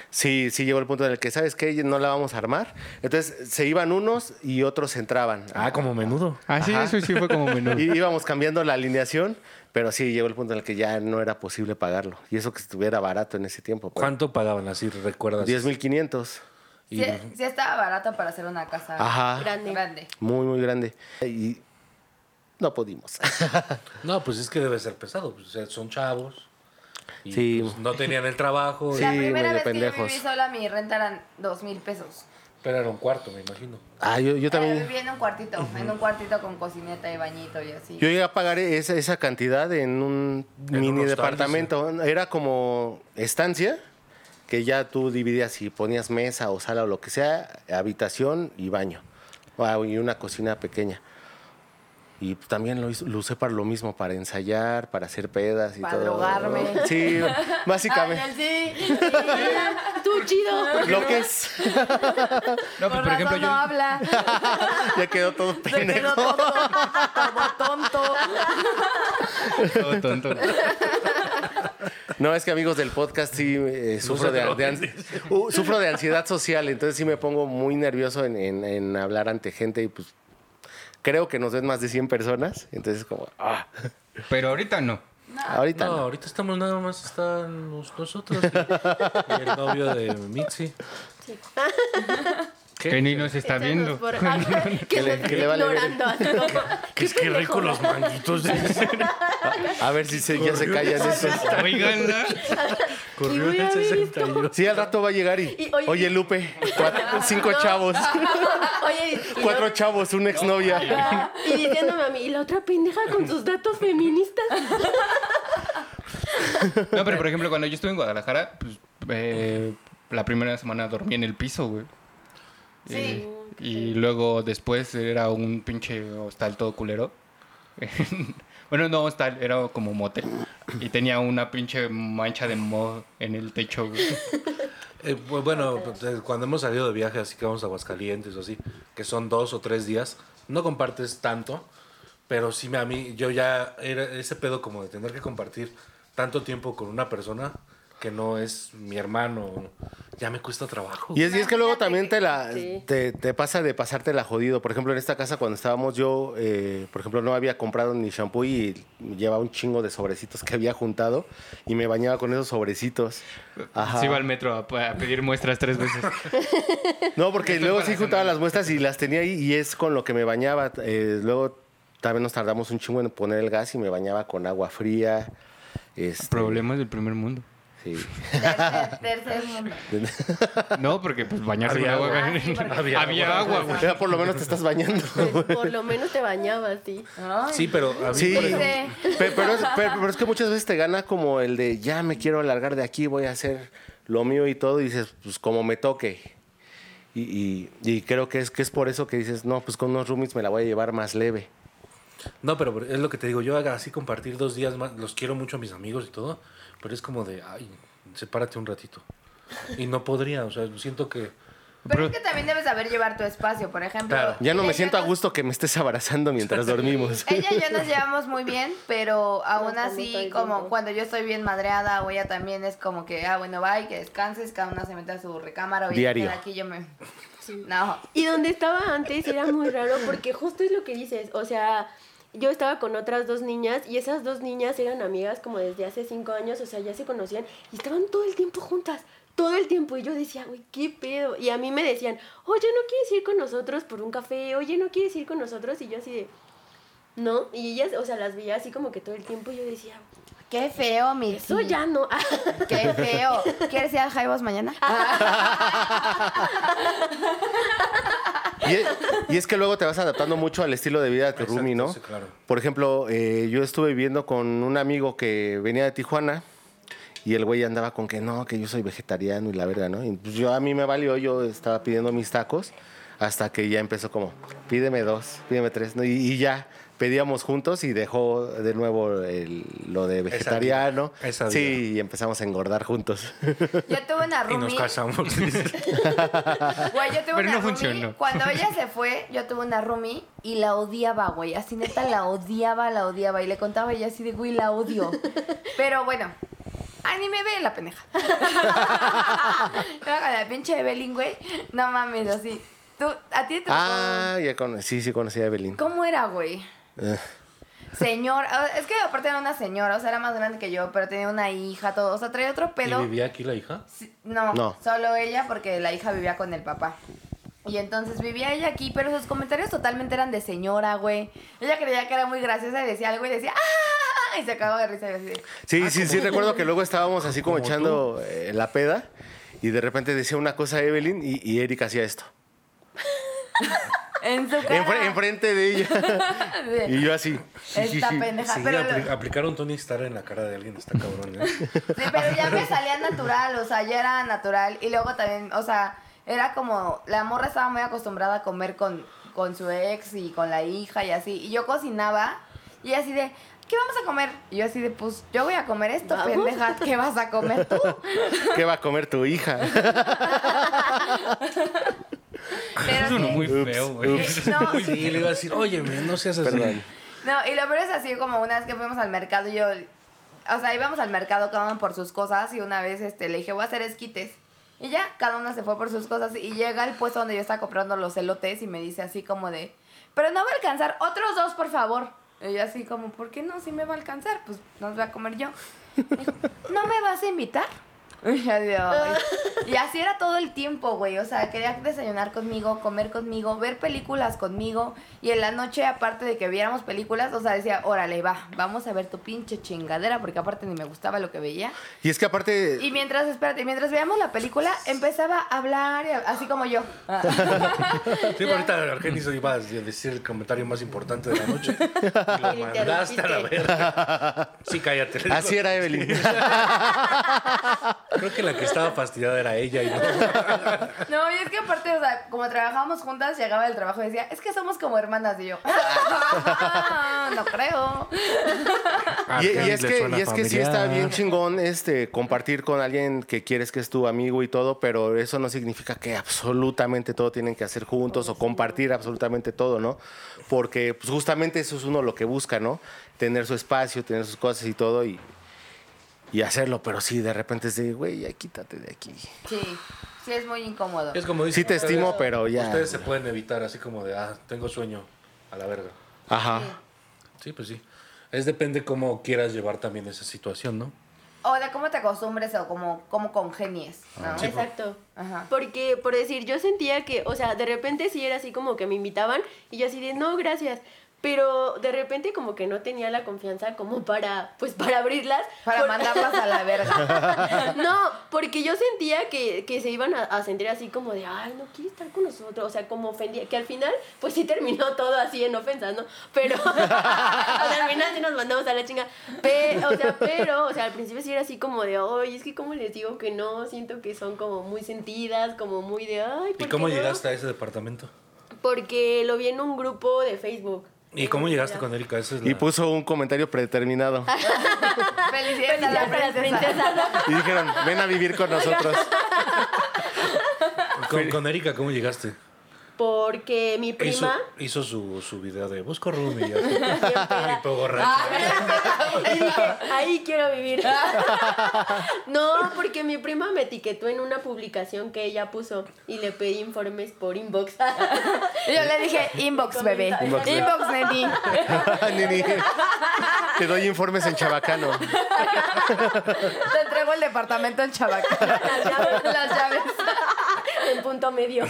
Sí, sí llegó el punto en el que, ¿sabes qué? No la vamos a armar. Entonces se iban unos y otros entraban.
Ah, como menudo.
Así,
Ajá.
eso sí fue como menor.
Y íbamos cambiando la alineación, pero sí llegó el punto en el que ya no era posible pagarlo. Y eso que estuviera barato en ese tiempo. pues,
¿Cuánto pagaban así, recuerdas?
10.500.
Y-
Sí, sí estaba barata para hacer una casa
Ajá.
Grande.
grande.
Muy, muy grande. Y no pudimos.
No, pues es que debe ser pesado. pues, o sea, son chavos. Y,
Sí.
pues, no tenían el trabajo.
Sí,
la
medio
primera vez que yo
pendejos.
viví sola, mi renta eran dos mil pesos.
Pero era un cuarto, me imagino.
Ah, yo, yo
Pero
también.
viví en un cuartito, en un cuartito con cocineta y bañito y así.
Yo llegué a pagar esa, esa cantidad en un
En
mini
un hostal,
departamento. Era como estancia que ya tú dividías y ponías mesa o sala o lo que sea, habitación y baño. Wow, y una cocina pequeña. Y también lo, hice- lo usé para lo mismo, para ensayar, para hacer pedas y
Para
todo.
drogarme.
Sí,
Ay,
básicamente.
él sí. Mira,
Tú chido.
Lo que es.
No, pues
Por
por ejemplo,
razón no
yo,
habla.
ya quedó todo
Se quedó
pendejo.
todo, todo tonto.
Todo tonto.
No, es que amigos del podcast sí eh, sufro,
se
de,
droguen.
de ans- uh, sufro de ansiedad social, entonces sí me pongo muy nervioso en, en- en hablar ante gente y pues creo que nos ven más de 100 personas, entonces como, ah,
Pero ahorita no.
ahorita
No,
no.
ahorita estamos nada más están nos- nosotros y, y el novio de Mitzi. ¿Qué?
Que ni nos está
Échanos
viendo.
por- Ah, que
Que le-
nos
que le
esté
vale ver.
ignorando. así como,
Que es que rico los manguitos. de-
A ver si se, ya se callan esos.
Oiganla.
Y
Corrió
voy
en el
a ver esto.
61.
Sí, al rato va a llegar y,
Y, oye,
oye Lupe, cuatro- cinco chavos,
Oye, y- y
cuatro
yo-
chavos, una exnovia.
Ah, Y diciéndome a mí, y la otra pendeja con sus datos feministas.
No, pero por ejemplo, cuando yo estuve en Guadalajara, pues, eh, la primera semana dormí en el piso, güey.
Sí.
Y, y luego después era un pinche hostal todo culero. bueno, no hostal, era como motel. Y tenía una pinche mancha de moho en el techo, güey.
Eh, bu- bueno, pues, eh, cuando hemos salido de viaje, así que vamos a Aguascalientes o así, que son dos o tres días, no compartes tanto, pero sí me- a mí, yo ya era ese pedo como de tener que compartir tanto tiempo con una persona, que no es mi hermano, ya me cuesta trabajo.
Y es, y es que luego también te la
Sí.
te, te pasa de pasártela jodido. Por ejemplo, en esta casa cuando estábamos yo, eh, por ejemplo, no había comprado ni shampoo y llevaba un chingo de sobrecitos que había juntado y me bañaba con esos sobrecitos. Ajá.
Se iba al metro a, a pedir muestras tres veces.
No, porque
Esto
luego
es
sí
para
juntaba
cenar.
las muestras y las tenía ahí y es con lo que me bañaba. Eh, luego también nos tardamos un chingo en poner el gas y me bañaba con agua fría. Este,
Problemas del primer mundo.
Sí.
Tercer, tercer mundo.
No, porque pues bañarse con
Había
agua.
agua.
Ah, sí, porque-
Había, agua, güey.
Ya por lo menos te estás bañando.
Pues, por lo menos te bañabas, sí.
Ay,
Sí, pero a mí,
Sí,
por
pe-
ejemplo,
Dice.
pero, es, pero- pero es que muchas veces te gana como el de ya me quiero alargar de aquí, voy a hacer lo mío y todo, y dices, pues como me toque. Y, y- y creo que es, que es por eso que dices, no, pues con unos roomies me la voy a llevar más leve.
no, pero es lo que te digo, yo haga así compartir dos días más, los quiero mucho a mis amigos y todo, pero es como de, ay, sepárate un ratito. Y no podría, o sea, siento que...
Pero es que también debes saber llevar tu espacio, por ejemplo.
Claro.
Ya no
ella
me siento a
nos-
gusto que me estés abrazando mientras dormimos.
Ella y yo nos llevamos muy bien, pero aún
también todo
así,
el
como
tiempo.
cuando yo estoy bien madreada o ella también, es como que, ah, bueno, bye, que descanses, cada una se mete a su recámara o ella
Diario.
queda aquí yo me... No.
Y donde estaba antes era muy raro porque justo es lo que dices, o sea, yo estaba con otras dos niñas y esas dos niñas eran amigas como desde hace cinco años, o sea, ya se conocían y estaban todo el tiempo juntas, todo el tiempo. Y yo decía, güey, qué pedo. Y a mí me decían, oye, ¿no quieres ir con nosotros por un café? Oye, ¿no quieres ir con nosotros? Y yo así de, no. Y ellas, o sea, las veía así como que todo el tiempo y yo decía,
Qué feo, mi
eso
tía.
ya no.
Qué feo. ¿Quieres ir al Jaibos mañana?
Ah.
Y es, y es que luego te vas adaptando mucho al estilo de vida de tu
Exacto,
roomie, ¿no?
sí, claro.
Por ejemplo, eh, yo estuve viviendo con un amigo que venía de Tijuana y el güey andaba con que no, que yo soy vegetariano y la verga, ¿no? Y pues yo a mí me valió, yo estaba pidiendo mis tacos hasta que ya empezó como, pídeme dos, pídeme tres, ¿no? Y, y ya pedíamos juntos y dejó de nuevo el- lo de vegetariano.
vida, esa vida.
sí, y empezamos a engordar juntos.
Yo tuve una
Y nos
roomie.
casamos.
Güey, yo tuve
Pero
una
no
roomie.
funcionó.
Cuando ella se fue, yo tuve una roomie y la odiaba, güey. Así neta la odiaba, la odiaba. Y le contaba y así de, güey, la odio. Pero bueno, ah, ni me ve la pendeja. Luego con la pinche Evelyn, güey. No mames, así. Tú, a ti te tocó-
ah, ya conocí, sí, sí conocí a Evelyn.
¿Cómo era, güey?
Eh.
Señora, ah, es que aparte era una señora, o sea, era más grande que yo, pero tenía una hija, todo, o sea, traía otro
¿Y
pedo.
vivía aquí la hija?
Sí, No,
No.
solo ella porque la hija vivía con el papá. Y entonces vivía ella aquí, pero sus comentarios totalmente eran de señora, güey. Ella creía que era muy graciosa y decía algo y decía ¡ah! Y se acababa de risa y así. de,
Sí, sí, sí, recuerdo que luego estábamos así como, echando eh, la peda y de repente decía una cosa Evelyn y, y Eric hacía esto.
En su cara.
Enfre- enfrente de ella.
de,
Y yo así.
Esta pendeja.
Sí,
pero,
apli-
lo-
aplicaron Tony Stark en la cara de alguien, está cabrón, ¿eh?
sí, pero ya me salía natural, o sea, ya era natural. Y luego también, o sea, era como. La morra estaba muy acostumbrada a comer con, con su ex y con la hija y así. Y yo cocinaba y ella así de. ¿Qué vamos a comer? Y yo así de, pues, yo voy a comer esto,
Vamos.
pendeja. ¿Qué vas a comer tú?
¿Qué va a comer tu hija?
Pero
Eso es
sí.
muy
Ups,
feo, güey.
ups. No,
Sí, le iba a decir, oye, men, no seas así.
Perdón.
No, y lo peor es así como una vez que fuimos al mercado, yo, o sea, íbamos al mercado cada uno por sus cosas y una vez este, le dije, voy a hacer esquites. Y ya, cada una se fue por sus cosas y llega al puesto donde yo estaba comprando los elotes y me dice así como de, pero no va a alcanzar, otros dos, por favor. Y yo así como, ¿por qué no? Si me va a alcanzar, pues nos voy a comer yo. Dijo, ¿no me vas a invitar? Y yo de, "Ay". Y así era todo el tiempo, güey. O sea, quería desayunar conmigo, comer conmigo, ver películas conmigo. Y en la noche, aparte de que viéramos películas, o sea, decía, órale, va, vamos a ver tu pinche chingadera, porque aparte ni me gustaba lo que veía.
Y es que aparte.
Y mientras, espérate, mientras veíamos la película, empezaba a hablar, y a- así como yo.
Sí, pero ahorita Argenis iba a decir el comentario más importante de la noche. Y lo
Y le
mandaste a la
interrumpiste.
verga. Sí, cállate. le
Así
digo.
era Evelyn.
Creo que la que estaba fastidiada era ella y no.
No, y es que aparte, o sea, como trabajábamos juntas, llegaba del trabajo y decía, es que somos como hermanas. Y yo, "Ah, no creo.
Y, y es que, y es que sí está bien chingón este, compartir con alguien que quieres que es tu amigo y todo, pero eso no significa que absolutamente todo tienen que hacer juntos o compartir absolutamente todo, ¿no? Porque pues, justamente eso es uno lo que busca, ¿no? Tener su espacio, tener sus cosas y todo. Y, y hacerlo, pero sí, de repente es de, güey, ya quítate de aquí.
Sí, sí es muy incómodo.
Es como
Sí te estimo, pero ya.
Ustedes se pueden evitar así como de, ah, tengo sueño, a la verga.
Ajá.
Sí, pues sí. Es depende cómo quieras llevar también esa situación, ¿no?
O de cómo te acostumbres o cómo, cómo congenies, ¿no?
Ah,
Exacto.
Ajá.
Porque, por decir, yo sentía que, o sea, de repente sí era así como que me invitaban y yo así de, no, gracias. Pero de repente como que no tenía la confianza como para, pues, para abrirlas.
Para
Por-
mandarlas a la verga.
No, porque yo sentía que, que se iban a, a sentir así como de, ay, no quiere estar con nosotros. O sea, como ofendía. Que al final, pues sí terminó todo así en ofensas, ¿no? Pero, o sea, al final sí nos mandamos a la chinga. Pero, o sea, pero, o sea, al principio sí era así como de, ay, es que como les digo que no, siento que son como muy sentidas, como muy de, ay,
¿Y
¿por
cómo
qué no?".
llegaste a ese departamento?
Porque lo vi en un grupo de Facebook.
¿Y cómo llegaste con Erika? Esa es
Y
la-
puso un comentario predeterminado.
Felicidades a la
Felicidades a la
princesa.
Y dijeron, ven a vivir con nosotros.
con, con Erika, ¿cómo llegaste?
Porque mi
Hizo,
prima.
hizo su, su video de busco room y ya.
bien peda.
Tipo borracho.
Y dije, ahí quiero vivir. No, porque mi prima me etiquetó en una publicación que ella puso y le pedí informes por inbox.
Y Yo le dije, inbox, bebé.
Inbox,
Inbox,
bebé.
neni.
Nini, te doy informes en chabacano.
Te entrego el departamento en Chabacán.
Las llaves,
Las llaves.
en punto medio.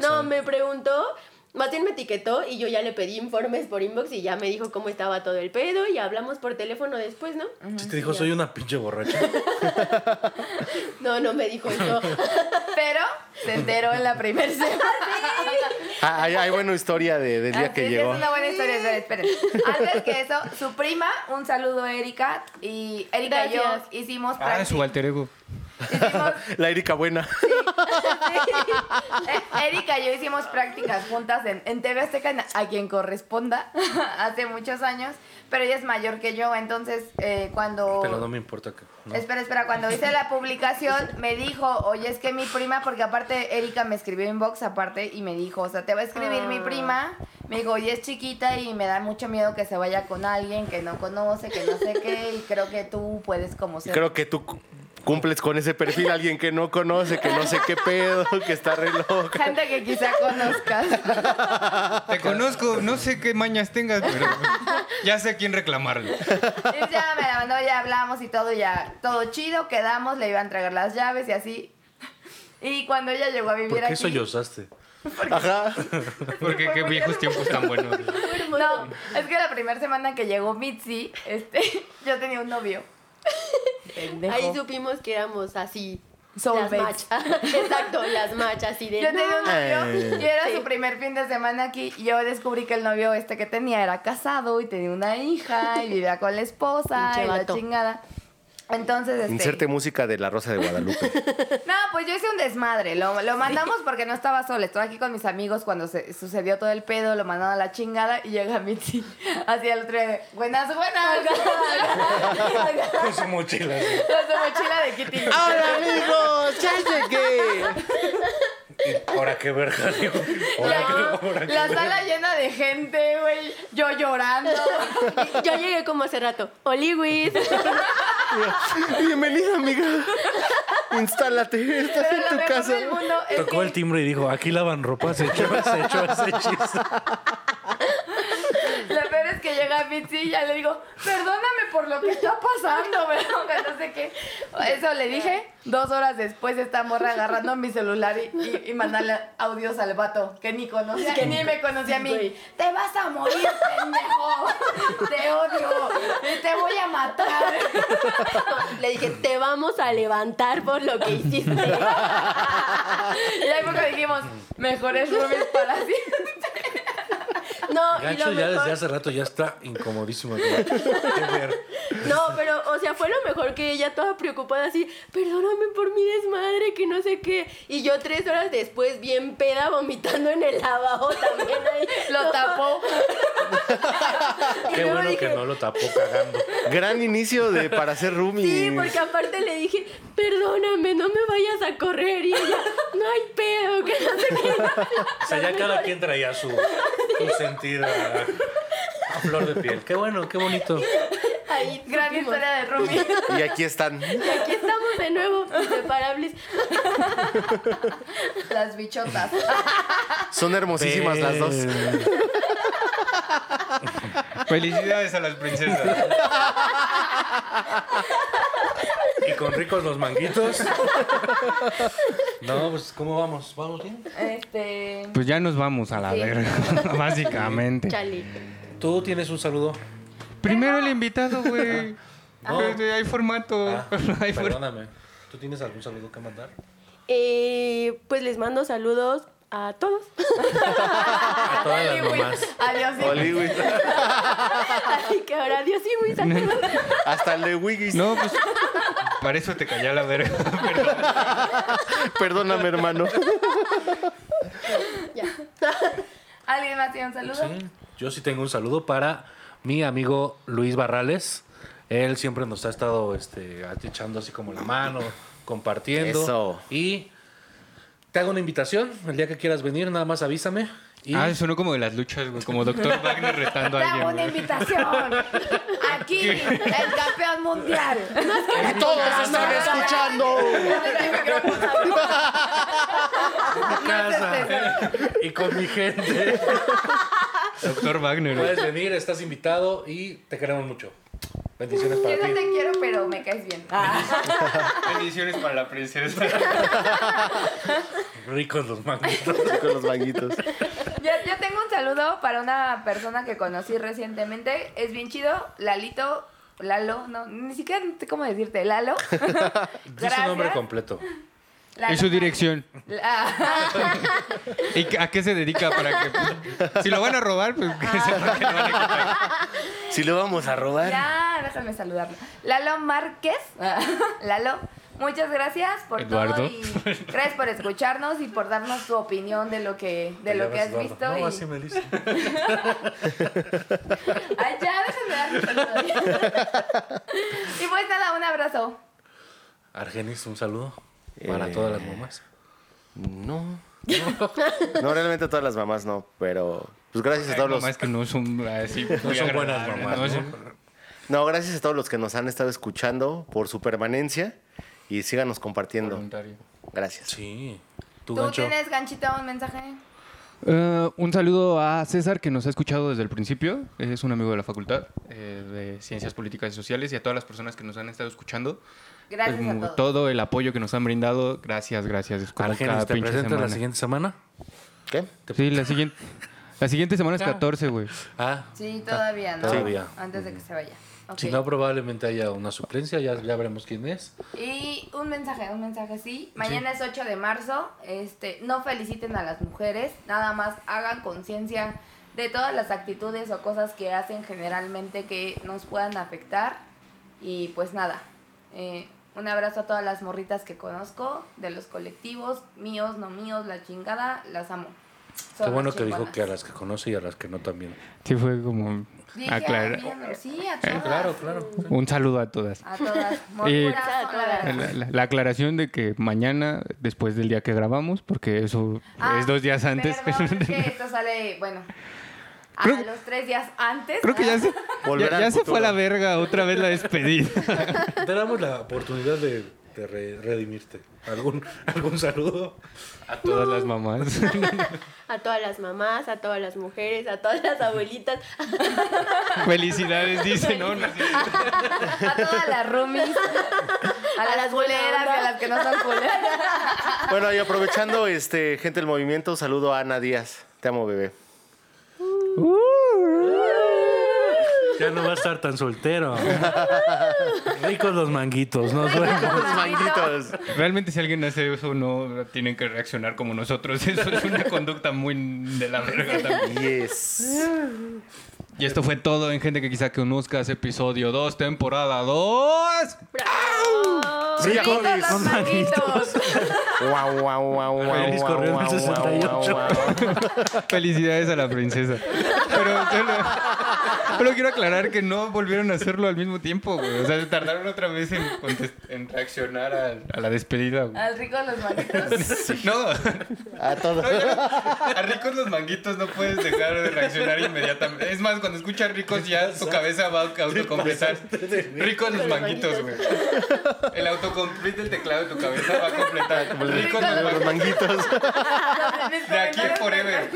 No, me preguntó, más bien me etiquetó y yo ya le pedí informes por inbox y ya me dijo cómo estaba todo el pedo y hablamos por teléfono después, ¿no?
Sí te dijo, soy una pinche borracha.
No, no me dijo eso.
Pero se enteró en la primera semana.
Ah, hay, hay buena historia de- del día
Así
que
es,
llegó.
Ah, Es una buena historia, esperen, esperen. Antes que eso, su prima, un saludo Erika. Y Erika y yo
Gracias.
hicimos
Ah,
práctica.
su alter ego.
hicimos-
La Erika buena.
Eh, Erika y yo hicimos prácticas juntas en, en TV Azteca, en a quien corresponda, hace muchos años. Pero ella es mayor que yo, entonces eh, cuando...
Pero no me importa que. no.
Espera, espera, cuando hice la publicación me dijo, oye, es que mi prima, porque aparte Erika me escribió inbox aparte y me dijo, o sea, te va a escribir mi prima. Me dijo, oye, es chiquita y me da mucho miedo que se vaya con alguien que no conoce, que no sé qué, y creo que tú puedes como ser.
Creo que tú cu- cumples con ese perfil. Alguien que no conoce, que no sé qué pedo, que está re loca.
Gente que quizá conozcas.
Te conozco, no sé qué mañas tengas, pero ya sé a quién reclamarle.
Y ya me la mandó, ya hablamos y todo, ya todo chido, quedamos, le iba a entregar las llaves y así. Y cuando ella llegó a vivir
¿Por
aquí...
qué sollozaste?
Ajá.
Porque qué viejos tiempos tan buenos.
No, es que la primera semana que llegó Mitzi, este, yo tenía un novio. Pendejo.
Ahí supimos que éramos así.
Soulmates.
Las match. Exacto, las match así de.
Yo tenía un novio
Eh.
y era
Sí.
su primer fin de semana aquí. Y yo descubrí que el novio este que tenía era casado y tenía una hija y vivía con la esposa
Pinche
y la
vato.
chingada. Entonces, este,
Inserte música de La Rosa de Guadalupe.
No, pues yo hice un desmadre. Lo, lo mandamos porque no estaba sola. Estaba aquí con mis amigos cuando se, sucedió todo el pedo. Lo mandaron a la chingada y llega Mitzi así al otro día. de, Buenas, buenas.
Con su mochila. así.
Con su mochila de Kitty.
¡Hola, amigos! ¡Ya llegué!
Ahora qué verga, digo. Ahora qué-
La,
ahora qué
la
verga.
sala llena de gente, güey. Yo llorando.
Y Yo llegué como hace rato. Oliwis.
Bienvenida, amiga. Instálate. Estás
Pero lo
en tu
mejor
casa.
del mundo es
Tocó
que-
este,
el timbre y dijo, aquí lavan ropa, se echó, se echó, se echó.
Lo peor es que llega Mitzi y ya le digo, perdóname por lo que está pasando, pero que no sé qué. Eso le dije. Dos horas después esta morra agarrando mi celular y, y, y mandarle audios al vato que ni conocía, que ni me conocía a mí.
Güey.
Te vas a morir, pendejo. Te odio. Y te voy a matar.
Le dije, te vamos a levantar por lo que hiciste.
Y ahí fue que dijimos, mejores roomies para siempre.
No, y
Gancho
lo
ya
mejor.
desde hace rato ya está incomodísimo. güey. Qué ver.
No, pero, o sea, fue lo mejor que ella toda preocupada así, perdóname por mi desmadre, que no sé qué. Y yo tres horas después, bien peda, vomitando en el lavabo también ahí.
Lo tapó.
Y
Qué
luego
bueno que
dije,
no lo tapó cagando.
Gran inicio de para hacer roomie.
Sí, porque aparte le dije, perdóname, no me vayas a correr. Y ella, no hay pedo, que no sé qué.
O sea, ya cada quien traía su, su sentir a, A flor de piel. Qué bueno, qué bonito.
Ahí
Gran
supimos.
historia de Rumi.
Y aquí están.
Y aquí estamos de nuevo, inseparables.
Las bichotas.
Son hermosísimas las dos.
Felicidades a las princesas.
Y con ricos los manguitos. No, pues, ¿cómo vamos? ¿Vamos bien?
Este.
Pues ya nos vamos a la
Sí.
verga, básicamente.
Chale.
Tú tienes un saludo.
Primero el invitado, güey.
No.
Güey, Hay formato.
Ah,
Hay for-
perdóname. ¿Tú tienes algún saludo que mandar?
Eh, pues les mando saludos a todos.
A todas las mamás.
Adiós. sí.
Hollywood.
Así que ahora adiós y muy
Hasta el de Wiggis.
No, pues. Para eso te callé a la verga. Pero
Perdóname, hermano.
Ya.
¿Alguien más tiene un saludo?
Sí, yo sí tengo un saludo para mi amigo Luis Barrales. Él siempre nos ha estado este, echando así como la mano, compartiendo.
Eso.
Y te hago una invitación. El día que quieras venir, nada más avísame. Y
Ah, sonó como de las luchas, güey. Como Doctor Wagner retando
Te
a
hago una
alguien. güey.
invitación. Aquí, el campeón mundial.
Y todos están escuchando.
casa.
este.
y con mi gente.
Doctor Wagner. güey.
Puedes venir, estás invitado y te queremos mucho. Bendiciones para
Yo no
ti.
te quiero, pero me caes bien.
Bendiciones para la princesa.
Ricos los magnitos.
Con los bañitos.
Yo, yo tengo un saludo para una persona que conocí recientemente. Es bien chido, Lalito. Lalo, no, ni siquiera sé cómo decirte, Lalo.
Di su nombre completo.
Lalo.
Y su dirección.
Ah,
¿Y qué- a qué se dedica? Para que. pues, si lo van a robar, pues que sepa que lo van a quitar.
Si lo vamos a robar.
ya, déjame saludarlo. Lalo Márquez. Ah, Lalo, muchas gracias por
Eduardo.
todo y gracias por escucharnos y por darnos tu opinión de lo que, de lo que has
Eduardo.
visto.
No,
y-
así me dice.
Ay, ya, déjenme dar mi saludo. y pues nada, un abrazo.
Argenis, un saludo para
Eh.
todas las mamás.
No. No, realmente todas las mamás no, pero pues gracias a
Hay
todos los
mamás que no son así. No
son buenas mamás, ¿no?
No, gracias a todos los que nos han estado escuchando por su permanencia y síganos compartiendo. Gracias.
Sí. Tu
¿Tú
gancho.
tienes ganchito un mensaje?
Eh, un saludo a César que nos ha escuchado desde el principio. Es un amigo de la facultad eh, de Ciencias Políticas y Sociales y a todas las personas que nos han estado escuchando.
Gracias
Pues,
a
mu-
todos.
Todo el apoyo que nos han brindado. Gracias, gracias. Es como
Argenis,
cada
¿te
pinche
presentas la
semana.
siguiente semana?
¿Qué?
Sí, la siguiente, la siguiente semana es
Claro.
14, güey.
Ah,
Sí, todavía, ¿no?
Todavía.
Antes de que se vaya. Ok.
si no, probablemente haya una suplencia, ya, ya veremos quién es.
Y un mensaje, un mensaje, sí. Mañana es 8 de marzo. Este, no feliciten a las mujeres, nada más hagan conciencia de todas las actitudes o cosas que hacen generalmente que nos puedan afectar. Y pues nada, eh, un abrazo a todas las morritas que conozco, de los colectivos, míos, no míos, la chingada, las amo. Son
Qué bueno
las
que dijo
chingonas.
que a las que conoce y a las que no también.
Sí, fue como
Dije,
aclarar.
ah, bien, sí, a todas.
Eh, Claro, claro.
Un saludo a todas.
A todas.
Y-
morritas, son la verdad.
La, la- la aclaración de que mañana, después del día que grabamos, porque eso
Ah,
es dos días antes.
Perdón, es que esto sale, bueno, a
Creo-
los tres días antes.
Creo que ya se,
Volver
ya,
al
ya se fue
futuro.
a la verga otra vez la despedida.
Te damos la oportunidad de, de re- redimirte. ¿Algún, ¿Algún saludo?
A todas las mamás.
A todas las mamás, a todas las mujeres, a todas las abuelitas.
Felicidades, dice, ¿no? No, sí.
A todas las roomies, a las
las buena
culeras y
onda.
a las que no son culeras.
Bueno, y aprovechando, este, gente del movimiento, saludo a Ana Díaz. Te amo, bebé.
Ya no va a estar tan soltero. Ricos los manguitos, nos vemos.
Los manguitos.
Realmente si alguien hace eso no tienen que reaccionar como nosotros. Eso es una conducta muy de la verga también.
Yes.
Y esto fue todo en gente que quizá conozcas, episodio 2, temporada 2.
Sí, ya.
Todas las manitos.
Guau, guau, guau, guau,
Feliz
guau,
correo del
guau, guau, guau,
68.
guau.
Felicidades a la princesa.
pero solo, solo quiero aclarar que no volvieron a hacerlo al mismo tiempo, güey. O sea, se tardaron otra vez en, contest- en reaccionar al- a, la despedida, güey.
Al rico de los manitos.
No,
A todo.
a ricos los manguitos no puedes dejar de reaccionar inmediatamente. Es más, cuando escuchas ricos ya tu cabeza va a autocompletar. Ricos los manguitos, güey. El autocomplete del teclado de tu cabeza va a completar. Ricos los
Los
manguitos.
manguitos.
Mis
De aquí
comentarios
forever.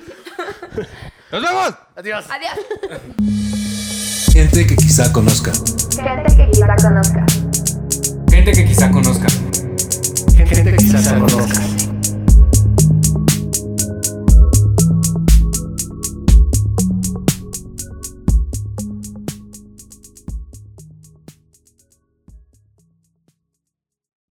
¡Nos vemos!
Adiós.
Adiós.
Gente que quizá conozca.
Gente que quizá conozca.
Gente que quizá conozca.
Gente que quizás conozca.